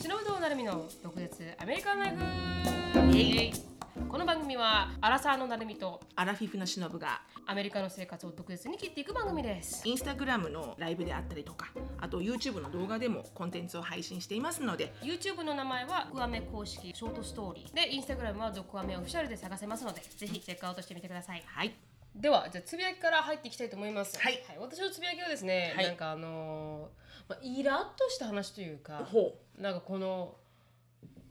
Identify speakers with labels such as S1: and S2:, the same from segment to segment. S1: 篠本成美の独舌アメリカンライフこの番組はアラサーの成美と
S2: アラフィフの忍が
S1: アメリカの生活を独舌に切っていく番組です
S2: インスタグラムのライブであったりとかあと YouTube の動画でもコンテンツを配信していますので
S1: YouTube の名前はドクアメ公式ショートストーリーで Instagram はドクアメオフィシャルで探せますのでぜひチェックアウトしてみてください
S2: はい
S1: ではじゃあつぶやきから入っていきたいと思います
S2: はい
S1: 私のつぶやきはですね、
S2: はい
S1: なんかあのーまあ、イラッとした話というか
S2: ほ
S1: なんかこの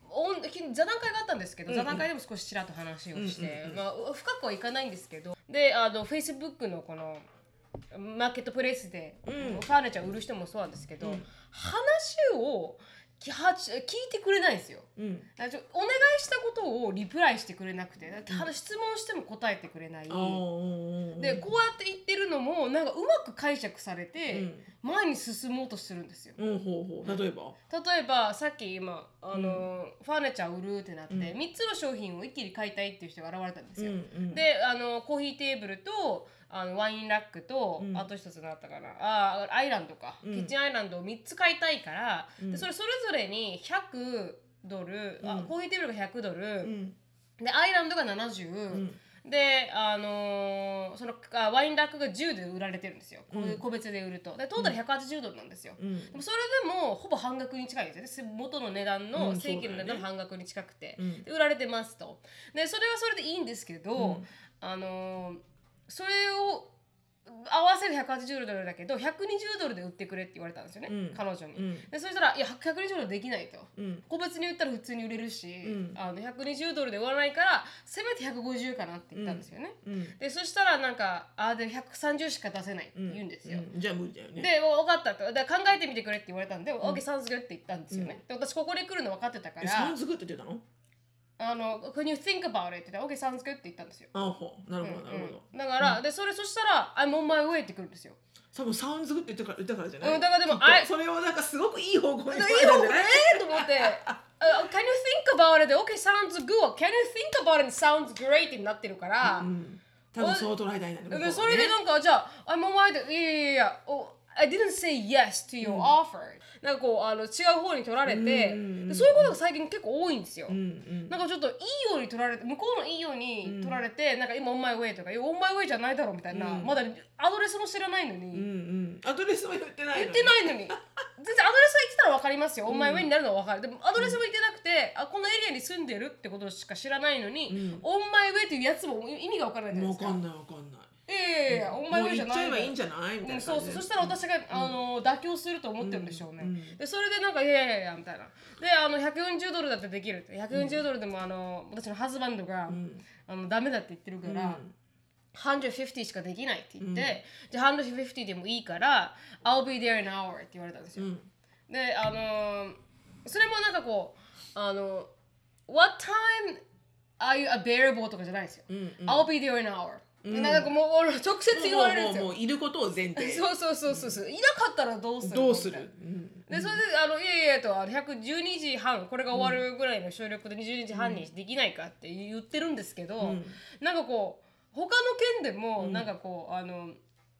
S1: おんき座談会があったんですけど、
S2: うんう
S1: 座
S2: ん
S1: 談会でも少しちらっと話をして、
S2: うんうんうん
S1: まあ、深くはいかないんですけどであの Facebook のこのマーケットプレイスで、
S2: うん
S1: ファーネチャー売る人もそうなんですけど、
S2: うん
S1: 話をきは聞いてくれないんですよ。
S2: う、うん、
S1: あちょお願いしたことをリプライしてくれなくてだって話質問しても答えてくれない、でこうやって言ってるのもなんかうまく解釈され
S2: う
S1: て
S2: ん
S1: 前に進もうとするんですよ。
S2: うんほうほう例えば
S1: 例えばさっき今あの、ファーネチャー売るってなって、
S2: うん
S1: 3つの商品を一気に買いたいっていう人が現れたんですよ。
S2: ん
S1: であのコーヒーテーブルとあのワインラックと、
S2: うん
S1: あと一つ何だったかなあアイランドか、
S2: うん
S1: キッチンアイランドを3つ買いたいから、
S2: うん
S1: でそれそれぞれに100ドル、
S2: う
S1: あ
S2: ん
S1: コーヒーテーブルが100ド
S2: う
S1: ル、
S2: ん
S1: でアイランドが70、
S2: うん
S1: であのーそのあワインラックが10で売られてるんですよ、こういう
S2: うん
S1: 個別で売るとでトータル180ドルなんですよ。
S2: うん
S1: でもそれでもほぼ半額に近いんですよね元の値段
S2: う
S1: の
S2: ん
S1: 正規の値
S2: そうだ
S1: 段
S2: よね
S1: の半額に近くて、
S2: うん
S1: で売られてますとでそれはそれでいいんですけど、
S2: うん
S1: あのーそれを合わせる180ドルだけど120ドルで売ってくれって言われたんですよね、
S2: うん
S1: 彼女に、
S2: うん
S1: でそしたら「いや120ドルできない」と。
S2: うん
S1: 個別に売ったら普通に売れるし、
S2: うん
S1: あの120ドルで売らないからせめて150かなって言ったんですよね、
S2: うん
S1: でそしたらなんか「あーで130しか出せない」って言うんですよ、
S2: うんじゃあ無理だよね
S1: で、もう分かったと。で考えてみてくれって言われたんで、オーケーサンズグって言ったんですよね。で、私ここに来るの分かってたか
S2: えさ
S1: ら
S2: ん、ずくって言ってたの
S1: あの、can you think about it? って言ったら、オーケーサンズグって言ったんですよ。
S2: あほうな
S1: う
S2: る
S1: んう
S2: ほどなるほど
S1: ん、だから、でそれそしたら「I'm on my way」ってくるんですよ。
S2: 多分サウンズグって言ってから言ったからじゃない
S1: うんだからでも
S2: きっと
S1: あれ
S2: それをなんかすごくいい方向に
S1: いいよ
S2: 捉えたんじゃない
S1: えーと思 って「あ Can you think about it?」OK sounds good」「Can you think about it?」sounds great になってるから、
S2: うん多分そう捉えたいんだね向こうは
S1: で
S2: ね
S1: それでなんか、じゃあ「I'm on my way」で「いやいやいや」お I didn't say yes to your offer、なんかこうあの違う方に取られて、
S2: うんうんうん
S1: でそういうことが最近結構多いんですよ、
S2: うんうん
S1: なんかちょっといいように取られて向こうのいいように取られて、なんか今オンマイウェイとかいやオンマイウェイじゃないだろうみたいな、
S2: うん
S1: まだアドレスも知らないのに、
S2: うんうんアドレスも言ってな
S1: 言
S2: いのに
S1: ってないのに全然アドレスが言ってたら分かりますよ、オンマイウェイになるのは分かるでもアドレスも言ってなくてあこのエリアに住んでるってことしか知らないのに、
S2: うん
S1: オンマイウェイっていうやつも意味が分からないじゃない
S2: わ
S1: です
S2: か
S1: か
S2: んないわかんない
S1: いやいやいやオンマイウェイじゃない
S2: もう行っちゃえばいいんじゃないみた
S1: う
S2: い
S1: ん
S2: な
S1: そう
S2: 感
S1: そ
S2: じ
S1: うそ
S2: で
S1: したら私が、あの妥協すると思ってるんでしょうね、
S2: うん
S1: でそれでなんか「いやいやいや」みたいなであの140ドルだってできるって140ドルでもあの私のハズバンドが、
S2: ん
S1: あのダメだって言ってるから、
S2: うん
S1: 150しかできないって言って、じゃあ150でもいいから「I'll be there in an hour」って言われたんですよ、
S2: うん
S1: であのーそれもなんかこうあの「What time are you available?」とかじゃないんですよ、
S2: うんうん
S1: I'll be there in an hour」なんかもう俺直接言われるんですよ
S2: もうもうもういることを前提
S1: そうそうそうそうそういなかったらどうする
S2: どうす
S1: みたいな
S2: るうん
S1: でそれで「あのいやいや」とあの112時半これが終わるぐらいの収録で12時半にできないかって言ってるんですけど、
S2: ん
S1: なんかこう他の県でもなんかこう、あの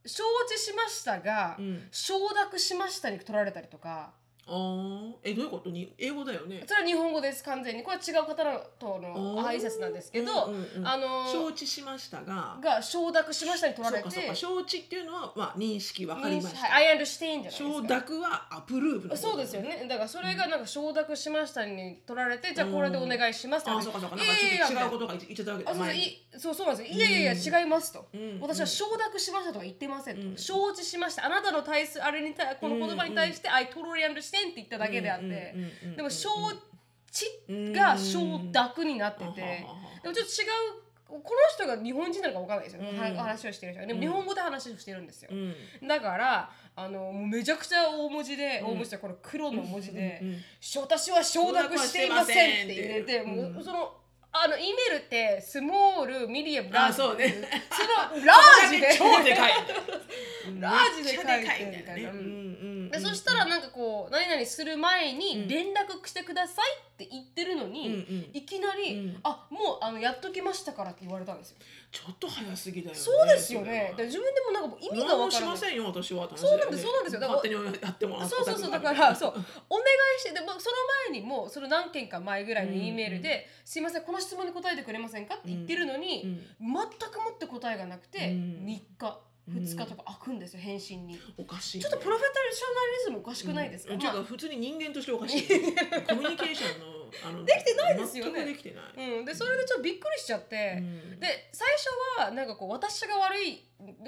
S1: 承知しましたが、
S2: うん
S1: 承諾しましたに取られたりとか
S2: あーえどういうことに英語だよね
S1: それは日本語です完全にこれは違う方との
S2: あー
S1: 挨拶なんですけど、
S2: うんうんうん
S1: あの
S2: 承知しましたが
S1: が承諾しましたに取ら
S2: そう
S1: れ
S2: か
S1: て
S2: そうか承知っていうのはまあ認識わかりまし
S1: は
S2: た
S1: い I understand じゃないですか
S2: 承諾はアプルーブのこと
S1: そうですよねだからそれがなんか承諾しましたに取られてじゃあこれでお願いしますって
S2: あ
S1: な
S2: ー
S1: って
S2: そうかそうか
S1: い
S2: なん
S1: やい
S2: かち
S1: やいや
S2: ょっと違うことが言っちゃったわけ
S1: あそう
S2: だ
S1: そう
S2: 前に
S1: いそうそうなんですよいやいやいや違いますと、
S2: んうん
S1: 私は承諾しましたとは言ってませんと、
S2: うん
S1: 承知しましたあなたの対すあれに対この言葉に対して、I totally understand って言っただけであって、
S2: うんうんうんうん
S1: でも承知が承諾になってて、
S2: うん
S1: でもちょっと違うこの人が日本人なのかわかんないですよ、ね
S2: うん
S1: 話をしてる人がでも日本語で話をしてるんですよ、
S2: うん
S1: だからあのもうめちゃくちゃ大文字で、大文字でこの黒の文字で、
S2: うん
S1: し私は承諾していませんって入れて、
S2: 承諾はしてませんって
S1: もうそのあの E メールってスモールミディアムラー
S2: あ
S1: ジ
S2: そうね
S1: そのラージで
S2: 超でかい
S1: ラージで書いてみたいな。うんでそしたらなんかこう「何々する前
S2: うん
S1: に連絡してください」って言ってるのに、いきなり「
S2: うん
S1: あもうあのやっときましたから」って言われたんですよ。
S2: ちょっと早すぎだよね。
S1: そうですよね。だから
S2: だ
S1: 自分でもなんかもう意味がわ
S2: 何も
S1: か
S2: し
S1: らな
S2: ま
S1: い。
S2: せんよ私は。
S1: そうなんですそうなんですよだから
S2: 勝手にやってもら
S1: そうそうそうだからそうお願いしてでもその前にもうその何件か前ぐらいの E メールで「
S2: う
S1: すいませんこの質問に答えてくれませんか?」って言ってるのに、
S2: う
S1: 全
S2: ん
S1: くもって答えがなくて、
S2: うん
S1: 3日2日とか開くんですよ返信に。
S2: おかしい。
S1: ちょっとプロフェッショナリズムおかしくないですか、
S2: うんち
S1: ま
S2: ょ
S1: あ
S2: っと普通に人間としておかしい。コミュニケーションのあの
S1: できてないですよね
S2: 全くできてない。
S1: うん、でそれでちょっとびっくりしちゃって、
S2: うん
S1: で最初はなんかこう私が悪い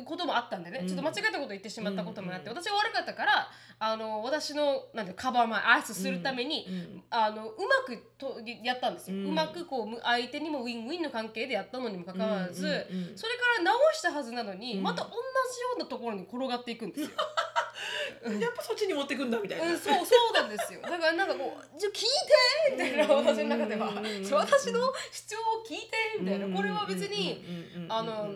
S1: こともあったんでね、
S2: うん
S1: ちょっと間違えたこと言ってしまったこともあって、
S2: うん
S1: 私が悪かったからあの私のなんていうのカバー前アイスするために、
S2: うん
S1: あのうまくとやったんですよ、
S2: う
S1: うんまくこうむ相手にもウィンウィンの関係でやったのにもかかわらず、
S2: うんうんうん
S1: それから直したはずなのに、
S2: うん
S1: また同じようなところに転がっていくんですよ。
S2: やっぱそっちに持ってくんだみたいな。
S1: うん、そうそうなんですよだからなんかこう「じゃ聞いて!」みたいな
S2: うん
S1: 私の中では
S2: うん
S1: 「ちょ私の主張を聞いて!」みたいなこれは別に
S2: に
S1: あの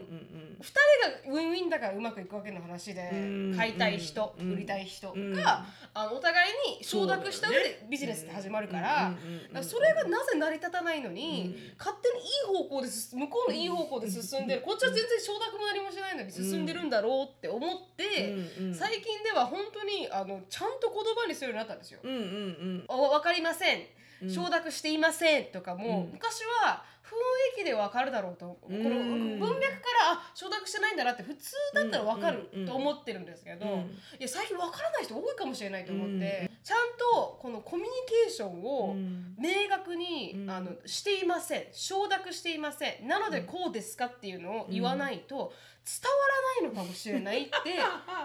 S1: 誰がウィンウィンだからうまくいくわけの話で
S2: うん
S1: 買いたい人
S2: うん
S1: 売りたい人
S2: うん
S1: があのお互いに承諾した上でビジネスって始まるからだからそれがなぜ成り立たないのに
S2: うん
S1: 勝手にいい方向で進向こうのいい方向で進んでるこっちは全然承諾も何もしてないのに進んでるんだろうって思って最近では本当にあのちゃんと言葉にするようになったんですよ。
S2: うんうん
S1: お分かりません
S2: うん
S1: 承諾していませんとかも、
S2: うん
S1: 昔は雰囲気で分かるだろうと、
S2: うん
S1: この文脈からあ承諾してないんだなって普通だったら分かる
S2: うんうん
S1: と思ってるんですけど、
S2: うん
S1: いや最近分からない人多いかもしれないと思って、
S2: うん
S1: ちゃんとこのコミュニケーションを、
S2: うん
S1: 明確に、
S2: うん
S1: あのしていません承諾していませんなのでこうですかっていうのを言わないと伝わらないのかもしれ ないって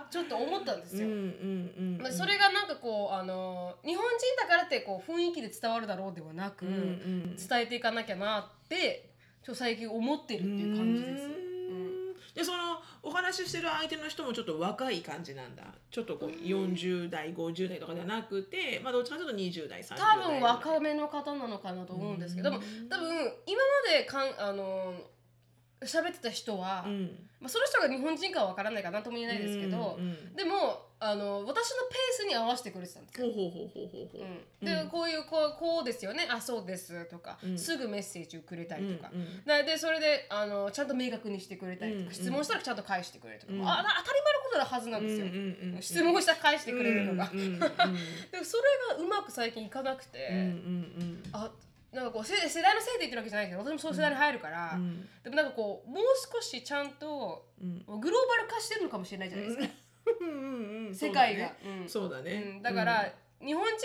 S1: ちょっと思ったんですよ。
S2: うんうん
S1: まあ、それがなんかこうあの日本人だからってこう雰囲気で伝わるだろうではなく、
S2: うんうん
S1: 伝えていかなきゃなってちょっと最近思ってるっていう感じです。
S2: うんでそのお話ししてる相手の人もちょっと若い感じなんだちょっとこう40代50代とかじゃなくてまあどっちかというと20代30代
S1: 多分若めの方なのかなと思うんですけど、
S2: うん
S1: でも多分今までかんあの喋ってた人は、
S2: うん
S1: まあ、その人が日本人かは分からないかなとも言えないですけど、
S2: うんうん
S1: でもあの私のペースに合わせてくれてたんですよ
S2: ほうほうほうほうほうほう
S1: うん、で
S2: うん
S1: こういうこうこうですよねあそうですとか、
S2: うん
S1: すぐメッセージをくれたりとか、
S2: うんうん
S1: なでそれであのちゃんと明確にしてくれたりとか、
S2: うん
S1: 質問したらちゃんと返してくれるとか、
S2: うん
S1: あな当たり前のことなはずなんですよ、
S2: うんうんうん
S1: 質問したら返してくれるのが、
S2: うんうんうん
S1: でもそれがうまく最近いかなくて、
S2: うんうん
S1: あなんかこう世世代のせいで言ってるわけじゃないけど私もそういう世代に入るから、
S2: うん
S1: でもなんかこうもう少しちゃんと
S2: うん
S1: グローバル化してるのかもしれないじゃないですか、
S2: うんうん
S1: 世界が、うん
S2: そうだね
S1: うんだから、日本人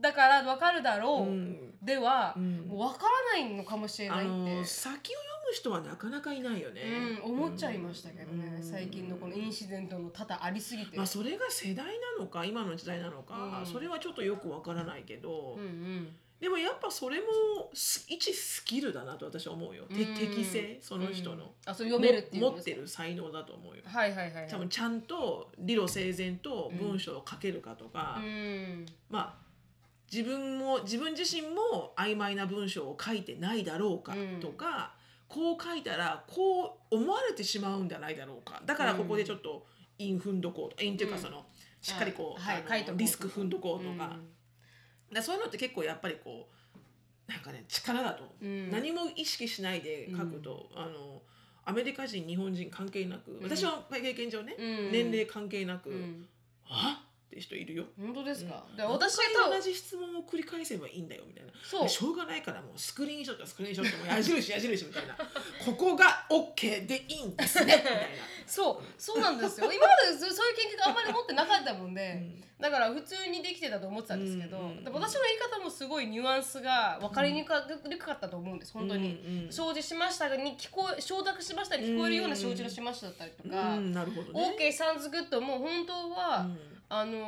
S1: だから分かるだ
S2: う
S1: ろう、
S2: ん
S1: では、
S2: うん
S1: もう分からないのかもしれ
S2: あ
S1: ないって、
S2: の先を読む人はなかなかいないよね
S1: うん、思っちゃいましたけどね、
S2: うん
S1: 最近のこのインシデントの多々ありすぎて、
S2: まあそれが世代なのか今の時代なのか
S1: うん
S2: それはちょっとよくわからないけど
S1: うんうん
S2: でもやっぱそれもす一スキルだなと私は思うよて
S1: うん
S2: 適性その人
S1: うん
S2: の
S1: あそう読めるっていう
S2: も
S1: こ
S2: 持
S1: とです
S2: って
S1: か
S2: る才能だと思うよ
S1: はいはいはいはい
S2: 多分ちゃんと理路整然と文章を書けるかとか、
S1: うん
S2: まあ自分も自分自身も曖昧な文章を書いてないだろうか
S1: うん
S2: とか、こう書いたらこう思われてしまうんじゃないだろうかだからここでちょっと韻踏んどこうと韻っていうか
S1: うん
S2: その、しっかりこう,、
S1: はい
S2: あ
S1: 書いとこ
S2: の
S1: う
S2: リスク踏んどこうとか,、
S1: うん
S2: だそういうのって結構やっぱりこうなんかね力だと、
S1: うん
S2: 何も意識しないで書くと、あのアメリカ人日本人関係なく
S1: ん
S2: 私は経験上ね、
S1: うん
S2: 年齢関係なく、
S1: うん
S2: あって人いるよ。
S1: 本当ですか、
S2: うん
S1: で私が多
S2: 同
S1: 分
S2: じ質問を繰り返せばいいんだよみたいな
S1: そう
S2: しょうがないからもうスクリーンショットスクリーンショットもう 矢印矢印みたいなここが OK でいいんですねみたい
S1: そうそうなんですよ今までそうそういう研究があんまり持ってなかったもん
S2: な、う
S1: で、
S2: ん
S1: だから普通にできてたと思ってたんですけど、
S2: うんうん
S1: でも私の言い方もすごいニュアンスが分かりにくか,、ったと思うんです本当に、
S2: うんうん
S1: 承知しましたに聞こえ承諾しましたに聞こえるような承知のしましただったりとか、
S2: うんなるほどね
S1: OK サウンズグッドも本当は、あの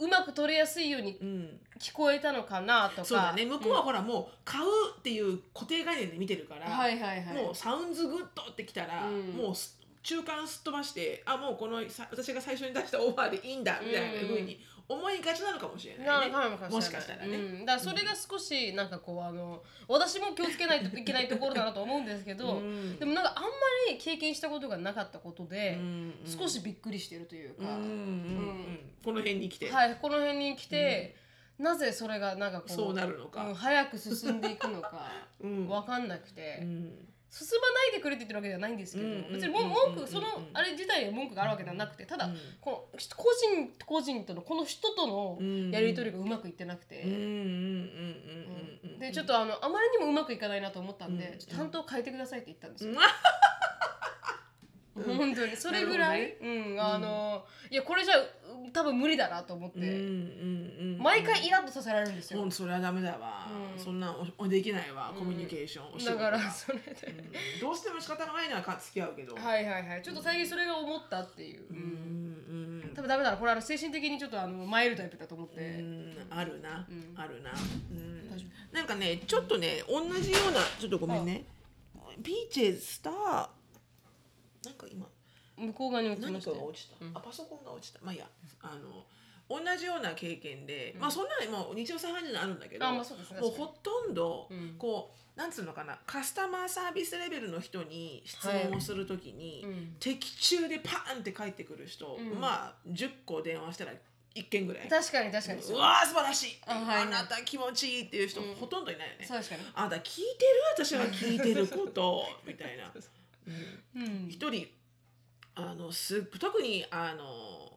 S1: うまく取れやすいように
S2: うんうん
S1: 聞こえたのかなとか
S2: そうだね向こうはほらもう買うっていう固定概念で見てるから、
S1: はいはいはい
S2: もうサウンズグッドってきたら、
S1: うん
S2: もうす中間すっ飛ばしてあもうこのさ私が最初に出したオファーでいいんだみたいなふうに思いがちなのかもしれないね。
S1: な
S2: もしかしたらね
S1: うん、だからそれが少しなんかこうあの私も気をつけないといけないところだなと思うんですけど、
S2: うん
S1: でもなんかあんまり経験したことがなかったことで、少しびっくりしてるという
S2: うんうん
S1: か、
S2: うんうんこの辺に来て、
S1: はいこの辺に来て、なぜそれがなんかこう
S2: そうなるの
S1: うん
S2: か。
S1: 早く進んでいくのか
S2: うん
S1: 分かんなくて、
S2: うん
S1: 進まないでくれって言ってるわけではないんですけど、
S2: うん
S1: 別にもう
S2: うん
S1: 文句その
S2: うん
S1: あれ自体に文句があるわけではなくてただ、
S2: うん
S1: この個人個人とのこの人とのやり取りがうまくいってなくて。
S2: うんうんうんうんうん
S1: でちょっとあのあまりにもうまくいかないなと思ったんで、
S2: うん
S1: ちょっと担当変えてくださいって言ったんですよ、
S2: うんうん
S1: 本当にそれぐらい、
S2: なる
S1: うんあのいやこれじゃう多分無理だなと思って、
S2: うんうんうん
S1: 毎回イラッとさせられるんですよ、
S2: もうそれはダメだわ、
S1: うん
S2: そんなんおおできないわ
S1: うん
S2: コミュニケーション、お仕
S1: だ
S2: 事
S1: から
S2: う
S1: それで、
S2: んどうしても仕方がないならか付き合うけど、
S1: はいはいはいちょっと最近それが思ったっていう、う
S2: うん
S1: ん
S2: うん
S1: 多分ダメだなこれあの精神的にちょっとあのマイルドタイプだと思っ
S2: う
S1: て、
S2: んあるな、
S1: うん
S2: あるな、うん
S1: 大丈
S2: なんかねちょっとね同じようなちょっとごめんねピーチェスターなんか今
S1: 向こう側に落ちま
S2: 何
S1: し
S2: か
S1: た
S2: が
S1: よ
S2: 落ちた、
S1: うん
S2: あパソコンが落ちたまあいいやあの同じような経験で、まあそんなのもう日常茶飯事にあるんだけど
S1: あまあそうですね
S2: もうほとんど、
S1: うん
S2: こうなんつうのかなカスタマーサービスレベルの人に質問をするときに、
S1: うん
S2: 的中でパーンって返ってくる人、
S1: うん
S2: まあ10個電話したら1件ぐらい。
S1: 確かに確かに
S2: う
S1: そう
S2: わー素晴らしい、
S1: あはい
S2: あなた気持ちいいっていう人、
S1: うん
S2: ほとんどいないよね
S1: そう確か
S2: あなた聞いてる私は聞いてること みたいな、うん
S1: に、うん、
S2: 一人あのす特にあの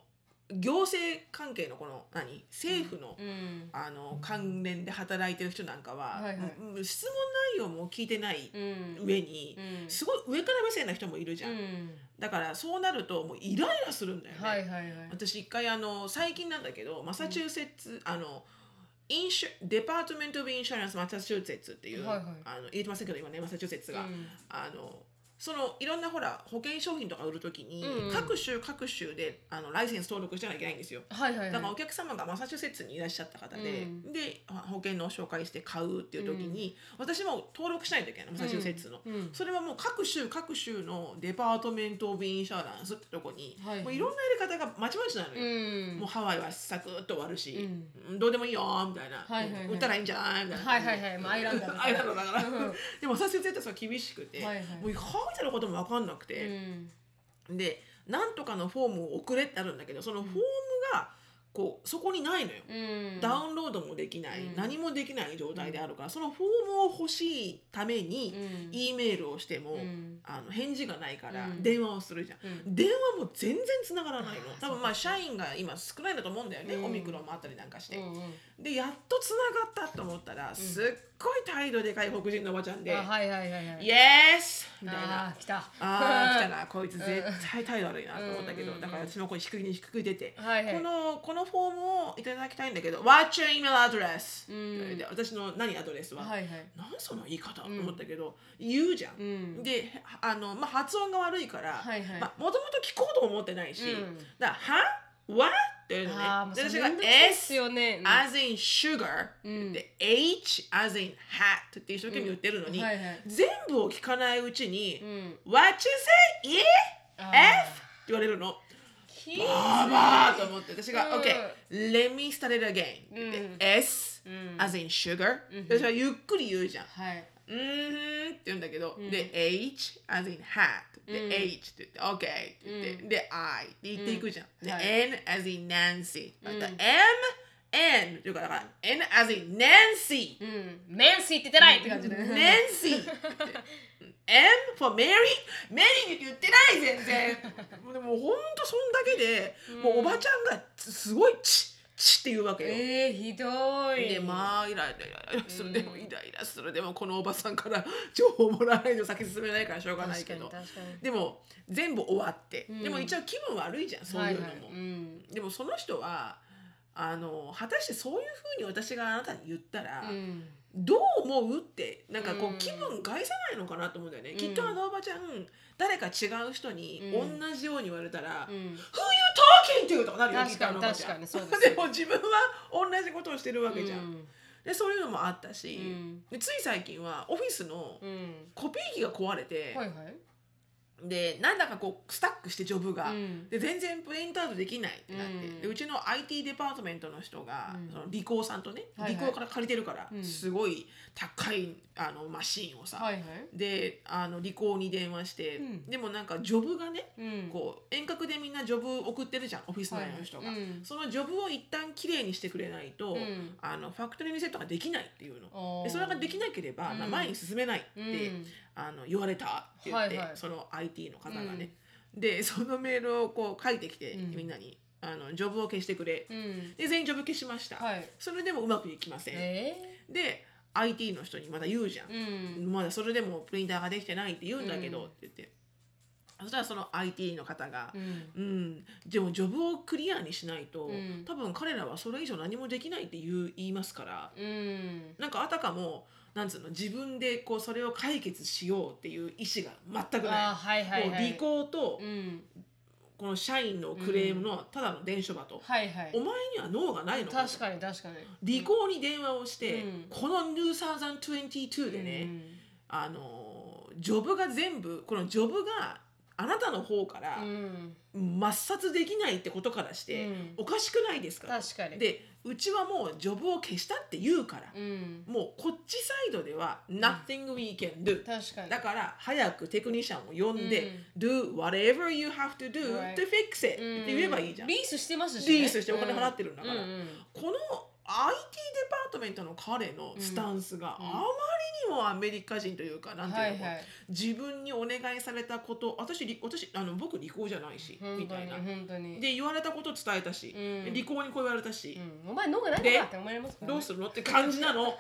S2: 行政関係のこの何政府の,、
S1: うん
S2: あの関連で働いてる人なんかは、
S1: はいはい
S2: うん質問内容も聞いてない
S1: うん
S2: 上に、
S1: うん
S2: すごい上から目線な人もいるじゃん、だからそうなるともうイライラするんだよね。
S1: はいはいはい
S2: 私一回あの最近なんだけどマサチューセッツ、あのインシュデパートメント・オブ・インシュランス・マサチューセッツっていう、
S1: はいはい
S2: あの言えてませんけど今ねマサチューセッツが、
S1: うん
S2: あのそのいろんなほら保険商品とか売るときに、
S1: うんうん
S2: 各州各州であのライセンス登録してなきゃいけないんですよ。
S1: はいはいはい
S2: だからお客様がマサチューセッツにいらっしゃった方で、
S1: うん
S2: で保険のを紹介して買うっていう時に、私も登録しないといけないのマサチューセッツの、
S1: うん
S2: それはもう各州各州のデパートメント・オブ・インシャランスってとこに、
S1: はい
S2: い、もういろんなやり方がまちまちなの
S1: う
S2: よ、
S1: ん
S2: もうハワイはサクッと終わるし、
S1: う
S2: どうでもいいよーみたいな、
S1: はいはいはい
S2: 売ったらいいんじゃないみたいな、
S1: はいはいはいまあアイランドだから
S2: アイランドだか
S1: う
S2: ら、
S1: ん
S2: でも私絶対そう厳しくて、
S1: はいはい
S2: もうハワイでのことも分かんなくて、
S1: うん
S2: でなんとかのフォームを送れってあるんだけどそのフォームが こうそこにないのよ、
S1: うん
S2: ダウンロードもできない、
S1: うん
S2: 何もできない状態であるから、そのフォームを欲しいために、
S1: うん
S2: E メールをしても、
S1: うん
S2: あの返事がないから
S1: うん
S2: 電話をするじゃん、
S1: う
S2: 電話も全然繋がらないの
S1: あー
S2: 多分まあ社員が今少ないんだと思うんだよね、
S1: うん
S2: オミクロンもあったりなんかして、
S1: うんうん
S2: でやっと繋がったと思ったら、すっごい態度でかい黒人のおばちゃんで「
S1: あはいはいはいはい
S2: イエース!」みたいな
S1: あー来た
S2: あー来た
S1: な
S2: なこいつ絶対態度悪いなと思ったけど、
S1: うん
S2: だから私もこれ低くに低く出て、
S1: はいはい
S2: このこのフォームをいただきたいんだけど「What's your email address?」
S1: うん
S2: って言われて私の何アドレスは、
S1: はいはい
S2: 何その言い方、
S1: うん
S2: と思ったけど言うじゃん。
S1: うん
S2: であの、まあ、発音が悪いから、
S1: はいはい
S2: まあ、もともと聞こうとも思ってないし、
S1: うん
S2: だから「は ?What?」っていうのね
S1: あーもう
S2: で
S1: そ
S2: 私
S1: れ
S2: が
S1: めんど
S2: 「
S1: くさいっ
S2: S
S1: す」よね
S2: as in sugar、
S1: うん
S2: で H as in hat って一生懸命言ってるのに、
S1: うんはいはい
S2: 全部を聞かないうちに、
S1: うん
S2: What you say? Yeah?
S1: あ
S2: F? って言われるの。
S1: き
S2: あーばーと思って私が、
S1: うん
S2: OK let me start it again、
S1: うん
S2: で S、
S1: ん
S2: as in sugar、私はゆっくり言うじゃん。
S1: はい
S2: うんふんって言うんだけど、で H as in hat で、H って言って OK って言って、で I って言っていくじゃん、で、
S1: はい
S2: N as in Nancy また
S1: うん
S2: M N って言うからだから N as in Nancy
S1: うんメンス言っててないって感じで
S2: ナンシー M for Mary? メリーって言ってない全然でもほんとそんだけで、もうおばちゃんがすごいチッチッって言うわけよ、
S1: えーひどい
S2: でまあイライライライラするでもイライラするでもこのおばさんから 情報もらわないと先進めないからしょうがない
S1: 確
S2: け
S1: かに
S2: ど
S1: 確かに
S2: でも全部終わって、
S1: ん
S2: でも一応気分悪いじゃんそういうのも、
S1: はいはいうん
S2: でもその人はあの果たしてそういうふうに私があなたに言ったら、
S1: うん
S2: どう思うってなんかこ
S1: うん
S2: う気分害さないのかなと思うんだよね、きっとあのおばちゃん誰か違う人に
S1: うん
S2: 同じように言われたら「
S1: う
S2: Who
S1: ん
S2: you talking to?」とかなるよ
S1: 確かに
S2: きっとあのおばちゃん
S1: 確かにそうですよ
S2: でも自分は同じことをしてるわけじゃん、
S1: うん
S2: でそういうのもあったし、
S1: うん
S2: でつい最近はオフィスの
S1: うん
S2: コピー機が壊れて、
S1: はいはい
S2: でなんだかこうスタックしてジョブが、
S1: うん
S2: で全然プリントアウトできないってなって、
S1: うん
S2: でうちの IT デパートメントの人が、
S1: うん
S2: そのリコーさんとね、
S1: はいはい
S2: リコーから借りてるから、
S1: うん
S2: すごい高いあのマシンをさ、
S1: はいはい。
S2: であのリコーに電話して、
S1: うん
S2: でもなんかジョブがね
S1: うん。
S2: こう遠隔でみんなジョブ送ってるじゃんオフィス内の人が、
S1: はいうん
S2: そのジョブを一旦きれいにしてくれないと、
S1: うん
S2: あのファクトリーリセットができないっていうの
S1: あー
S2: でそれができなければ、
S1: うん
S2: まあ前に進めないって、
S1: うん
S2: あの言われたって言って、
S1: はいはい
S2: その IT の方がね、でそのメールをこう書いてきて、
S1: うん
S2: みんなにあの「ジョブを消してくれ」
S1: うん。
S2: で全員ジョブ消しました、
S1: はい。
S2: それでもうまくいきません、
S1: え
S2: で IT の人にまだ言うじゃん
S1: え。うん。
S2: まだそれでもプリンターができてないって言うんだけど、
S1: うん
S2: って言ってそしたらその IT の方が
S1: う、ん。
S2: うんでもジョブをクリアにしないと、
S1: うん
S2: 多分彼らはそれ以上何もできないって言う言いますから
S1: うん。
S2: なんかあたかもなんつうの自分でこうそれを解決しようっていう意思が全く
S1: あー
S2: な
S1: は
S2: い。
S1: いはい
S2: もう
S1: はい。
S2: 履行と
S1: うん。
S2: この社員のクレームのただの電書場と、
S1: はいはい
S2: お。前には脳がないの
S1: 確かに確かに。
S2: 履行に電話をして、
S1: うん
S2: この2022でね、あのジョブが全部このジョブがあなたの方か
S1: う
S2: ら
S1: ん。
S2: 抹殺できないってことからして、
S1: うん
S2: おかしくないですか
S1: 確かに。、
S2: でうちはもうジョブを消したって言うから
S1: う、ん。
S2: もうこっちサイドでは nothing we can do、
S1: 確かに。
S2: だから早くテクニシャンを呼んで、
S1: うん
S2: do whatever you have to do
S1: Right
S2: to fix it、
S1: うん
S2: って言えばいいじゃん
S1: リースしてますしね。
S2: リースしてお金払ってるんだから、
S1: うんうんうん
S2: この IT デパートメントの彼のスタンスが
S1: う
S2: あ
S1: ん
S2: まりにもアメリカ人というか、なんていう
S1: は
S2: の
S1: い
S2: か、
S1: はい。
S2: 自分にお願いされたこと私り私あの僕利口じゃないしみ
S1: 本当
S2: たい
S1: に
S2: な
S1: 本当に。
S2: で言われたこと伝えたし、
S1: うん
S2: 利口にこう言われたし
S1: う、ん、お前脳がないのかって思いますからね
S2: どうするのって感じ なの